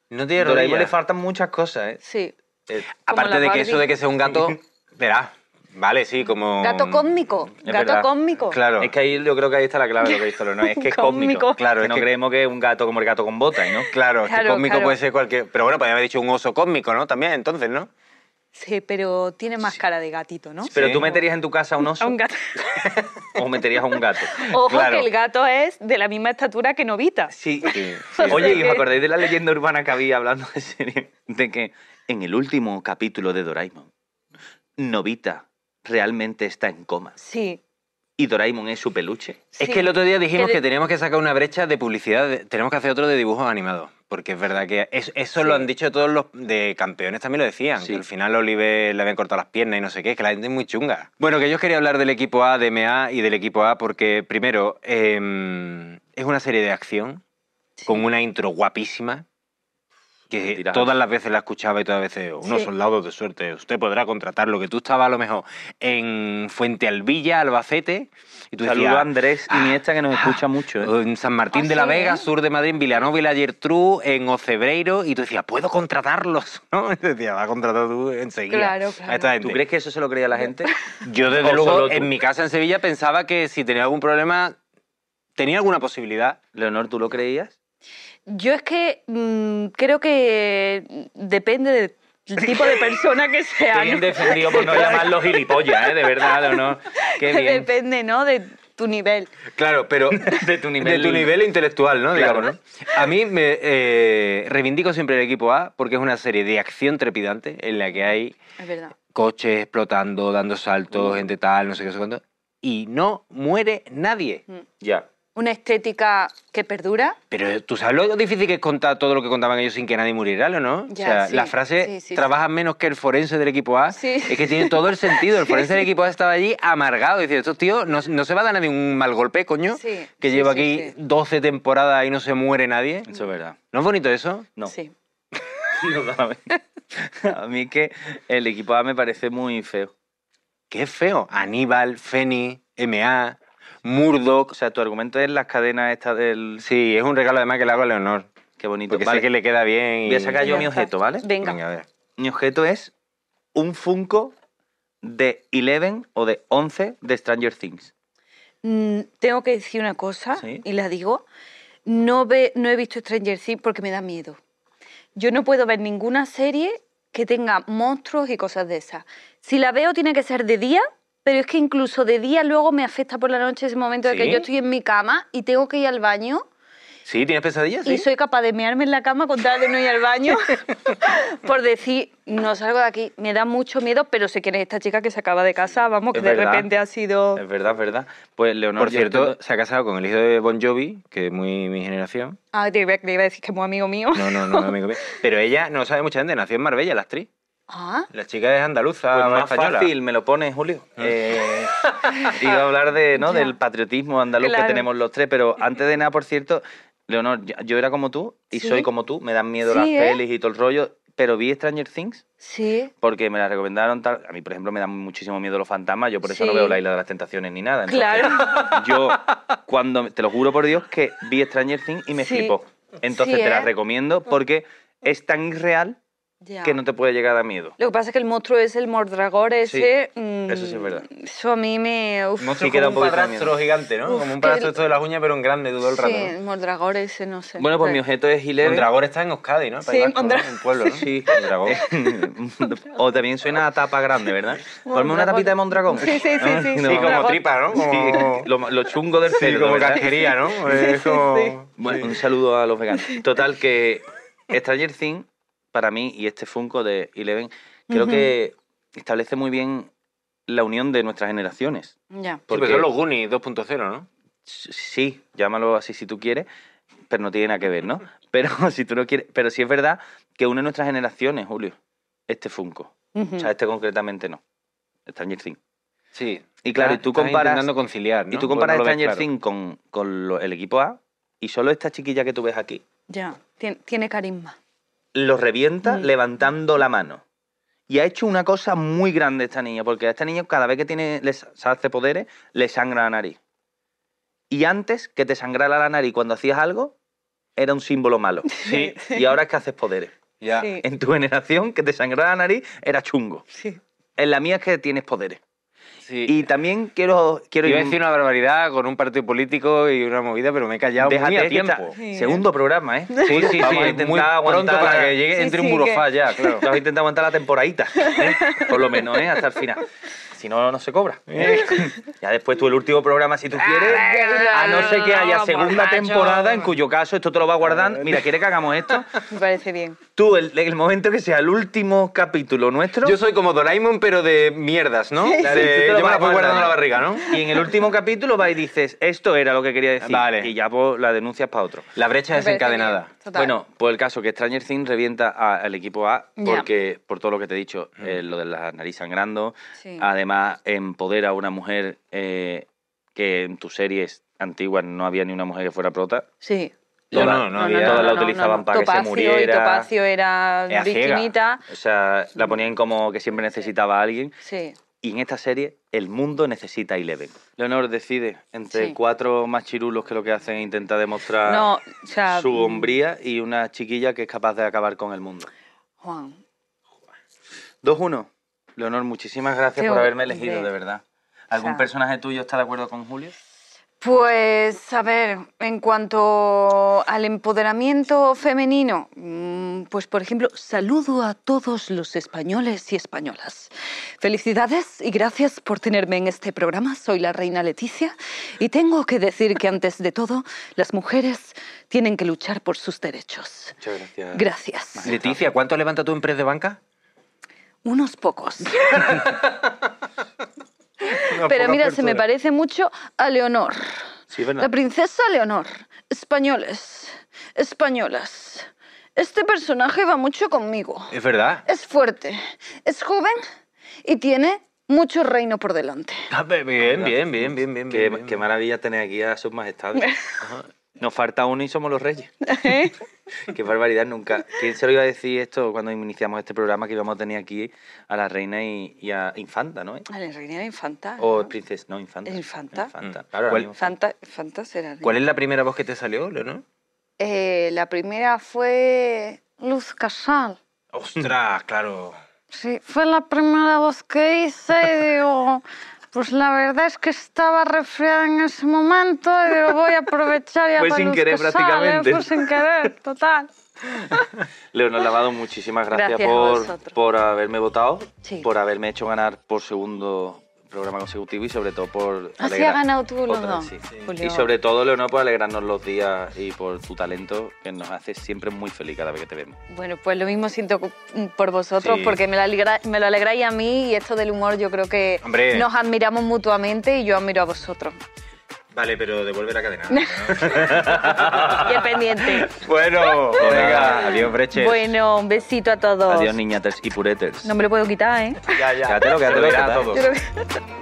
S5: No
S6: A
S5: tiene
S6: Doraemon le
S5: rodillas.
S6: faltan muchas cosas, ¿eh?
S4: Sí.
S6: Eh,
S4: como
S5: Aparte
S4: la
S5: de que
S4: Barbie.
S5: eso de que sea un gato, verás. Vale, sí, como...
S4: Gato cósmico,
S6: Es
S4: gato
S6: verdad.
S4: cósmico.
S5: Claro.
S6: Es que ahí yo creo que ahí está la clave de lo que dice Leonor. Es que es cósmico. Claro,
S4: Cósmico.
S5: Claro,
S6: que
S5: es
S6: no
S5: que-
S6: creemos que es un gato como el gato con botas, ¿no?
S5: Claro, es que
S4: Claro,
S5: cósmico
S4: claro.
S5: puede ser cualquier... Pero bueno, podría haber dicho un oso cósmico, ¿no? También, entonces, ¿no?
S4: Sí, pero tiene más cara de gatito, ¿no?
S6: Pero
S5: Sí.
S6: tú meterías en tu casa un
S4: A
S6: oso
S4: un gato.
S6: o meterías a un gato.
S4: Ojo
S5: Claro.
S4: que el gato es de la misma estatura que Novita.
S6: Sí.
S4: sí.
S6: Oye, ¿y os
S4: que-
S6: acordáis de la leyenda urbana que había hablando de serie? De que en el último capítulo de Doraemon, Novita realmente está en coma
S4: Sí.
S6: y Doraemon es su peluche.
S4: sí.
S5: Es que el otro día dijimos
S4: Que
S5: que,
S4: de-
S5: teníamos que sacar una brecha de publicidad, de- tenemos que hacer otro de dibujos animados, porque es verdad que es- eso lo han dicho todos los de campeones, también lo decían,
S6: Sí.
S5: que al final a Olive le habían cortado las piernas y no sé qué, que la gente es muy chunga. Bueno, que yo os quería hablar del equipo A, de MA y del equipo A, porque primero, em, es una serie de acción, con una intro guapísima, que
S6: Tirajas.
S5: todas las veces la escuchaba y todas las veces, unos
S4: Sí.
S5: soldados de suerte, usted podrá contratar lo que tú estabas a lo mejor en Fuente Alvilla, Albacete, y tú
S6: Saludo
S5: decías,
S6: a Andrés Iniesta que nos escucha mucho. ¿eh?
S5: en San Martín
S4: Ah,
S5: de la
S4: sí,
S5: Vega,
S4: ¿eh?
S5: sur de Madrid, en Vilanova y la Gertrú, en Ocebreiro, y tú decías, ¿puedo contratarlos? ¿No? Y decía, va a contratar tú enseguida.
S4: Claro, claro.
S5: A esta gente.
S6: ¿Tú crees que eso se lo creía la gente?
S5: Yo,
S6: o
S5: desde
S6: solo
S5: luego,
S6: tú?
S5: en mi casa en Sevilla pensaba que si tenía algún problema, tenía alguna posibilidad.
S6: Leonor, ¿tú lo creías?
S4: Yo es que mm, creo que mm, depende de el tipo de persona que
S6: Qué
S4: sea.
S6: bien
S4: ¿no?
S6: defendido por no llamarlos gilipollas, ¿eh? De verdad, ¿o no? Qué bien.
S4: Depende, ¿no? De tu nivel.
S5: Claro, pero
S6: De tu nivel-
S5: de tu nivel intelectual, ¿no?
S6: Claro.
S5: Digamos, ¿no? A mí me eh, reivindico siempre el equipo A porque es una serie de acción trepidante en la que hay
S4: Es verdad.
S5: coches explotando, dando saltos, gente tal, no sé qué, no sé cuánto. Y no muere nadie.
S6: Ya.
S4: Una estética que perdura.
S5: Pero tú sabes lo difícil que es contar todo lo que contaban ellos sin que nadie muriera, ¿o no?
S4: Ya,
S5: o sea,
S4: sí,
S5: las frases
S4: sí, sí,
S5: trabajan menos que el forense del equipo A.
S4: Sí.
S5: Es que tiene todo el sentido. El forense del equipo A estaba allí amargado. Dice, estos tíos, no, no se va a dar nadie un mal golpe, coño.
S4: Sí,
S5: que
S4: sí,
S5: lleva
S4: sí,
S5: aquí
S4: sí.
S5: 12 temporadas y no se muere nadie.
S6: Eso es verdad.
S5: ¿No es bonito eso?
S6: No.
S4: Sí.
S6: A mí es que el equipo A me parece muy feo.
S5: Qué feo. Aníbal, Feni, MA, Murdoch.
S6: O sea, tu argumento es las cadenas estas del...
S5: Sí, es un regalo además que le hago a Leonor.
S6: Qué bonito.
S5: Porque
S6: Vale.
S5: sé que le queda bien. y-
S6: Voy a sacar yo mi objeto, ¿vale?
S4: Venga.
S5: a ver.
S6: Mi objeto es un Funko de 11 o de 11 de Stranger Things.
S4: Mm, tengo que decir una cosa
S6: Sí.
S4: y la digo. No, ve, no he visto Stranger Things porque me da miedo. Yo no puedo ver ninguna serie que tenga monstruos y cosas de esas. Si la veo tiene que ser de día, pero es que incluso de día luego me afecta por la noche ese momento de
S5: ¿Sí?
S4: que yo estoy en mi cama y tengo que ir al baño
S5: Sí, ¿tienes pesadillas? Sí.
S4: y soy capaz de mearme en la cama con tal de no ir al baño por decir, no salgo de aquí. Me da mucho miedo, pero sé quién es esta chica que se acaba de casa, vamos, que
S6: Es
S4: de
S6: verdad.
S4: repente ha sido...
S6: Es verdad, es verdad. Pues Leonor...
S5: Por
S6: yo
S5: cierto,
S6: te-
S5: se ha casado con el hijo de Bon Jovi, que es muy mi generación.
S4: Ah, te iba, te iba a decir que es muy amigo mío.
S5: No, no, no, amigo mío. Pero ella, no lo sabe mucha gente, nació en Marbella, la actriz.
S4: Ah,
S5: La chica es andaluza,
S6: Pues más
S5: española.
S6: fácil, me lo pones, Julio. Eh, iba a hablar de, ¿no?
S4: Ya.
S6: del patriotismo andaluz
S4: Claro.
S6: que tenemos los tres, pero antes de nada, por cierto, Leonor, yo- yo era como tú y
S4: Sí.
S6: soy como tú, me dan miedo
S4: Sí,
S6: las
S4: ¿eh?
S6: pelis y todo el rollo, pero vi Stranger Things
S4: sí.
S6: porque me la recomendaron tal. A mí, por ejemplo, me dan muchísimo miedo los fantasmas, yo por eso no
S4: Sí.
S6: veo la Isla de las Tentaciones ni nada. entonces,
S4: Claro.
S6: Yo, cuando, te lo juro por Dios, que vi Stranger Things y me
S4: Sí.
S6: flipó. Entonces
S4: Sí,
S6: te la
S4: ¿eh?
S6: recomiendo porque es tan irreal
S4: Ya.
S6: que no te puede llegar a miedo.
S4: Lo que pasa es que el monstruo es el Mordragor ese. mm,
S6: eso sí es verdad.
S4: Eso a mí me. Uf,
S5: Monstruo
S6: Sí queda
S5: como
S6: un
S5: un
S6: poquito de
S5: padrastro gigante, ¿no?
S4: Uf,
S5: como
S4: que-
S5: un padrastro esto de las uñas, pero en grande, todo el
S4: sí,
S5: rato.
S4: el Mordragor ese, no sé.
S6: Bueno, pues mi
S4: Pero-
S6: objeto es Eleven.
S5: Mondragón está en Euskadi, ¿no?
S4: Sí,
S5: País Vasco, ¿no?
S4: Mondragón.
S5: Un pueblo, ¿no?
S6: Sí.
S5: Mondragón.
S6: o también suena a tapa grande, ¿verdad? Ponme una
S4: Mondragón.
S6: tapita de Mondragón.
S4: Sí, sí, sí, sí.
S5: Sí, como
S4: Mondragón.
S5: tripa, ¿no? Como,
S6: Oh. Sí, lo, lo chungo del
S5: sí,
S6: cerdo,
S5: como
S6: ¿verdad?
S5: casquería, ¿no? Es como-
S6: Bueno, un saludo a los veganos. Total, que Stranger Things, para mí, y este Funko de Eleven, creo que establece muy bien la unión de nuestras generaciones.
S4: Ya.
S5: Sí,
S6: Porque
S5: pero son los Goonies 2.0, ¿no?
S6: sí, llámalo así si tú quieres, pero no tiene nada que ver, ¿no? Pero si tú no quieres, pero sí es verdad que une nuestras generaciones, Julio, este Funko.
S4: Ujú.
S6: O
S5: Mm.
S6: sea, este concretamente no. Stranger Things.
S5: Sí.
S6: Y claro, y tú
S5: Estás
S6: comparas-
S5: intentando conciliar, ¿no?
S6: Y tú comparas
S5: Porque no lo ves
S6: Stranger
S5: claro.
S6: Things con, con lo- el equipo A y solo esta chiquilla que tú ves aquí
S4: Ya. Tien- tiene carisma.
S6: lo revienta
S4: Mm.
S6: levantando la mano. Y ha hecho una cosa muy grande esta niña, porque a esta niña cada vez que tiene, les, se hace poderes, le sangra la nariz. Y antes que te sangrara la nariz cuando hacías algo, era un símbolo malo.
S5: Sí.
S6: Y ahora es que haces poderes. Ah,
S5: Ya.
S4: Sí.
S6: En tu generación, que te sangrara la nariz era chungo.
S4: Sí.
S6: En la mía es que tienes poderes.
S5: Sí.
S6: Y también quiero... quiero
S5: Iba a
S6: in-
S5: decir una barbaridad con un partido político y una movida, pero me he callado muy a
S6: Déjate que
S5: tiempo.
S6: está- Segundo programa, ¿eh?
S5: Sí, sí, sí.
S6: Vamos a
S5: muy
S6: intentar
S5: pronto
S6: aguantar
S5: para
S6: la-
S5: que llegue
S4: Sí,
S5: entre
S4: sí,
S5: un burofá
S4: que-
S5: ya, claro.
S6: Claro, intenta aguantar la temporadita, ¿eh? por lo menos, ¿eh? hasta el final. Si no, no se cobra. ¿eh? Ya después tú el último programa, si tú quieres, a Ah, no ser que haya segunda temporada, en cuyo caso esto te lo va guardando. Mira, ¿quiere que hagamos esto?
S4: Me parece bien.
S6: Tú, el, el momento que sea el último capítulo nuestro,
S5: Yo soy como Doraemon, pero de mierdas, ¿no? De-
S6: sí, tú te lo
S5: yo me la
S6: vas
S5: voy guardando
S6: guardando.
S5: en la barriga, ¿no?
S6: y en el último capítulo vas y dices, esto era lo que quería decir,
S5: Vale.
S6: y ya pues, la denuncias para otro.
S5: La brecha
S4: Me parece
S5: desencadenada.
S4: bien, total.
S6: Bueno, pues el caso que Stranger Things revienta a- al equipo A
S4: Ya.
S6: porque por todo lo que te he dicho, eh, lo de la nariz sangrando,
S4: Sí.
S6: Ah, además empodera a una mujer eh, que en tus series antiguas no había ni una mujer que fuera prota.
S4: Sí.
S5: No,
S6: Toda-
S5: no, no había-
S6: todas la
S4: no,
S6: utilizaban
S4: no.
S6: para que se
S4: Topacio,
S6: muriera.
S4: Y Topacio era
S5: Era ciega.
S4: virginita.
S6: O sea, la ponían como que siempre necesitaba a alguien.
S4: Sí.
S6: Y en esta serie, el mundo necesita a Eleven. Leonor decide entre
S4: Sí.
S6: cuatro machirulos que lo que hacen es intentar demostrar
S4: No, o sea.
S6: Ah,
S4: mm.
S6: su hombría y una chiquilla que es capaz de acabar con el mundo.
S4: Juan.
S6: 2-1. Leonor, muchísimas gracias
S4: Qué
S6: por haberme
S4: horrible.
S6: elegido, de verdad. ¿Algún
S4: sea-
S6: personaje tuyo está de acuerdo con Julio?
S4: Pues, a ver, en cuanto al empoderamiento femenino, mm, pues, por ejemplo, saludo a todos los españoles y españolas. Felicidades y gracias por tenerme en este programa. Soy la reina Leticia y tengo que decir que, antes de todo, las mujeres tienen que luchar por sus derechos.
S5: Muchas gracias.
S4: Gracias.
S5: Leticia, ¿cuánto levanta tu empresa de banca?
S4: Unos pocos.
S5: Una
S4: Pero
S5: poca
S4: mira, se me
S5: apertura.
S4: parece mucho a Leonor.
S5: Sí, es verdad.
S4: La princesa Leonor. Españoles. Españolas. Este personaje va mucho conmigo.
S5: Es verdad.
S4: Es fuerte, es joven y tiene mucho reino por delante.
S5: Ah, be- Bien, bien, bien, bien, bien.
S6: Qué,
S5: bien,
S6: qué
S5: bien.
S6: maravilla tener aquí a sus majestades. Nos falta uno y somos los reyes.
S4: ¿Eh?
S6: qué barbaridad nunca. ¿Quién se lo iba a decir esto cuando iniciamos este programa que íbamos a tener aquí a la reina y, y a Infanta, ¿no?
S4: A la reina infanta.
S6: O princesa, no, Infanta.
S4: Infanta.
S6: Infanta.
S5: Mm.
S6: Claro, ahora
S5: ¿Cuál-
S6: mismo.
S4: Infanta, infanta será.
S5: ¿Cuál es la primera voz que te salió, Leonor?
S4: Eh, la primera fue Luz Casal.
S5: Ostras, claro.
S4: Sí, fue la primera voz que hice y digo, pues la verdad es que estaba resfriada en ese momento y digo, voy a aprovechar ya
S6: Fue
S4: para
S6: sin
S4: Luz
S6: querer,
S4: Casal, ¿eh?
S6: prácticamente.
S4: Fue sin querer, total.
S6: Leonor Lavado, muchísimas gracias,
S4: Gracias a
S6: por,
S4: vosotros.
S6: por haberme votado,
S4: Sí.
S6: por haberme hecho ganar por segundo programa consecutivo y sobre todo por...
S4: Así
S6: alegrar-
S4: ha ganado tú los
S6: otra-
S4: dos,
S6: sí.
S4: Julio.
S6: Y sobre todo, Leonor, por alegrarnos los días y por tu talento que nos hace siempre muy feliz cada vez que te vemos.
S4: Bueno, pues lo mismo siento cu- por vosotros,
S5: Sí.
S4: porque me lo, alegra- me lo alegráis a mí y esto del humor yo creo que
S5: Hombre.
S4: nos admiramos mutuamente y yo admiro a vosotros.
S5: Vale, pero devuelve la cadena. ¿no?
S4: Qué pendiente.
S5: bueno,
S6: De
S5: venga,
S6: Pues nada.
S5: adiós, Breches.
S4: Bueno, un besito a todos.
S6: Adiós, niñaters y pureters.
S4: No me lo puedo quitar, ¿eh?
S5: Ya, ya.
S6: Quédatelo, quédatelo,
S5: Se lo dirá a
S6: total.
S5: todos.
S4: Yo creo que-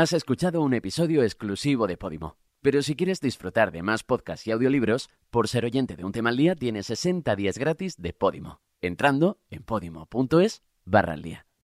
S2: Has escuchado un episodio exclusivo de Podimo. Pero si quieres disfrutar de más podcasts y audiolibros, por ser oyente de un tema al día tienes 60 días gratis de Podimo, entrando en podimo.es barra al día.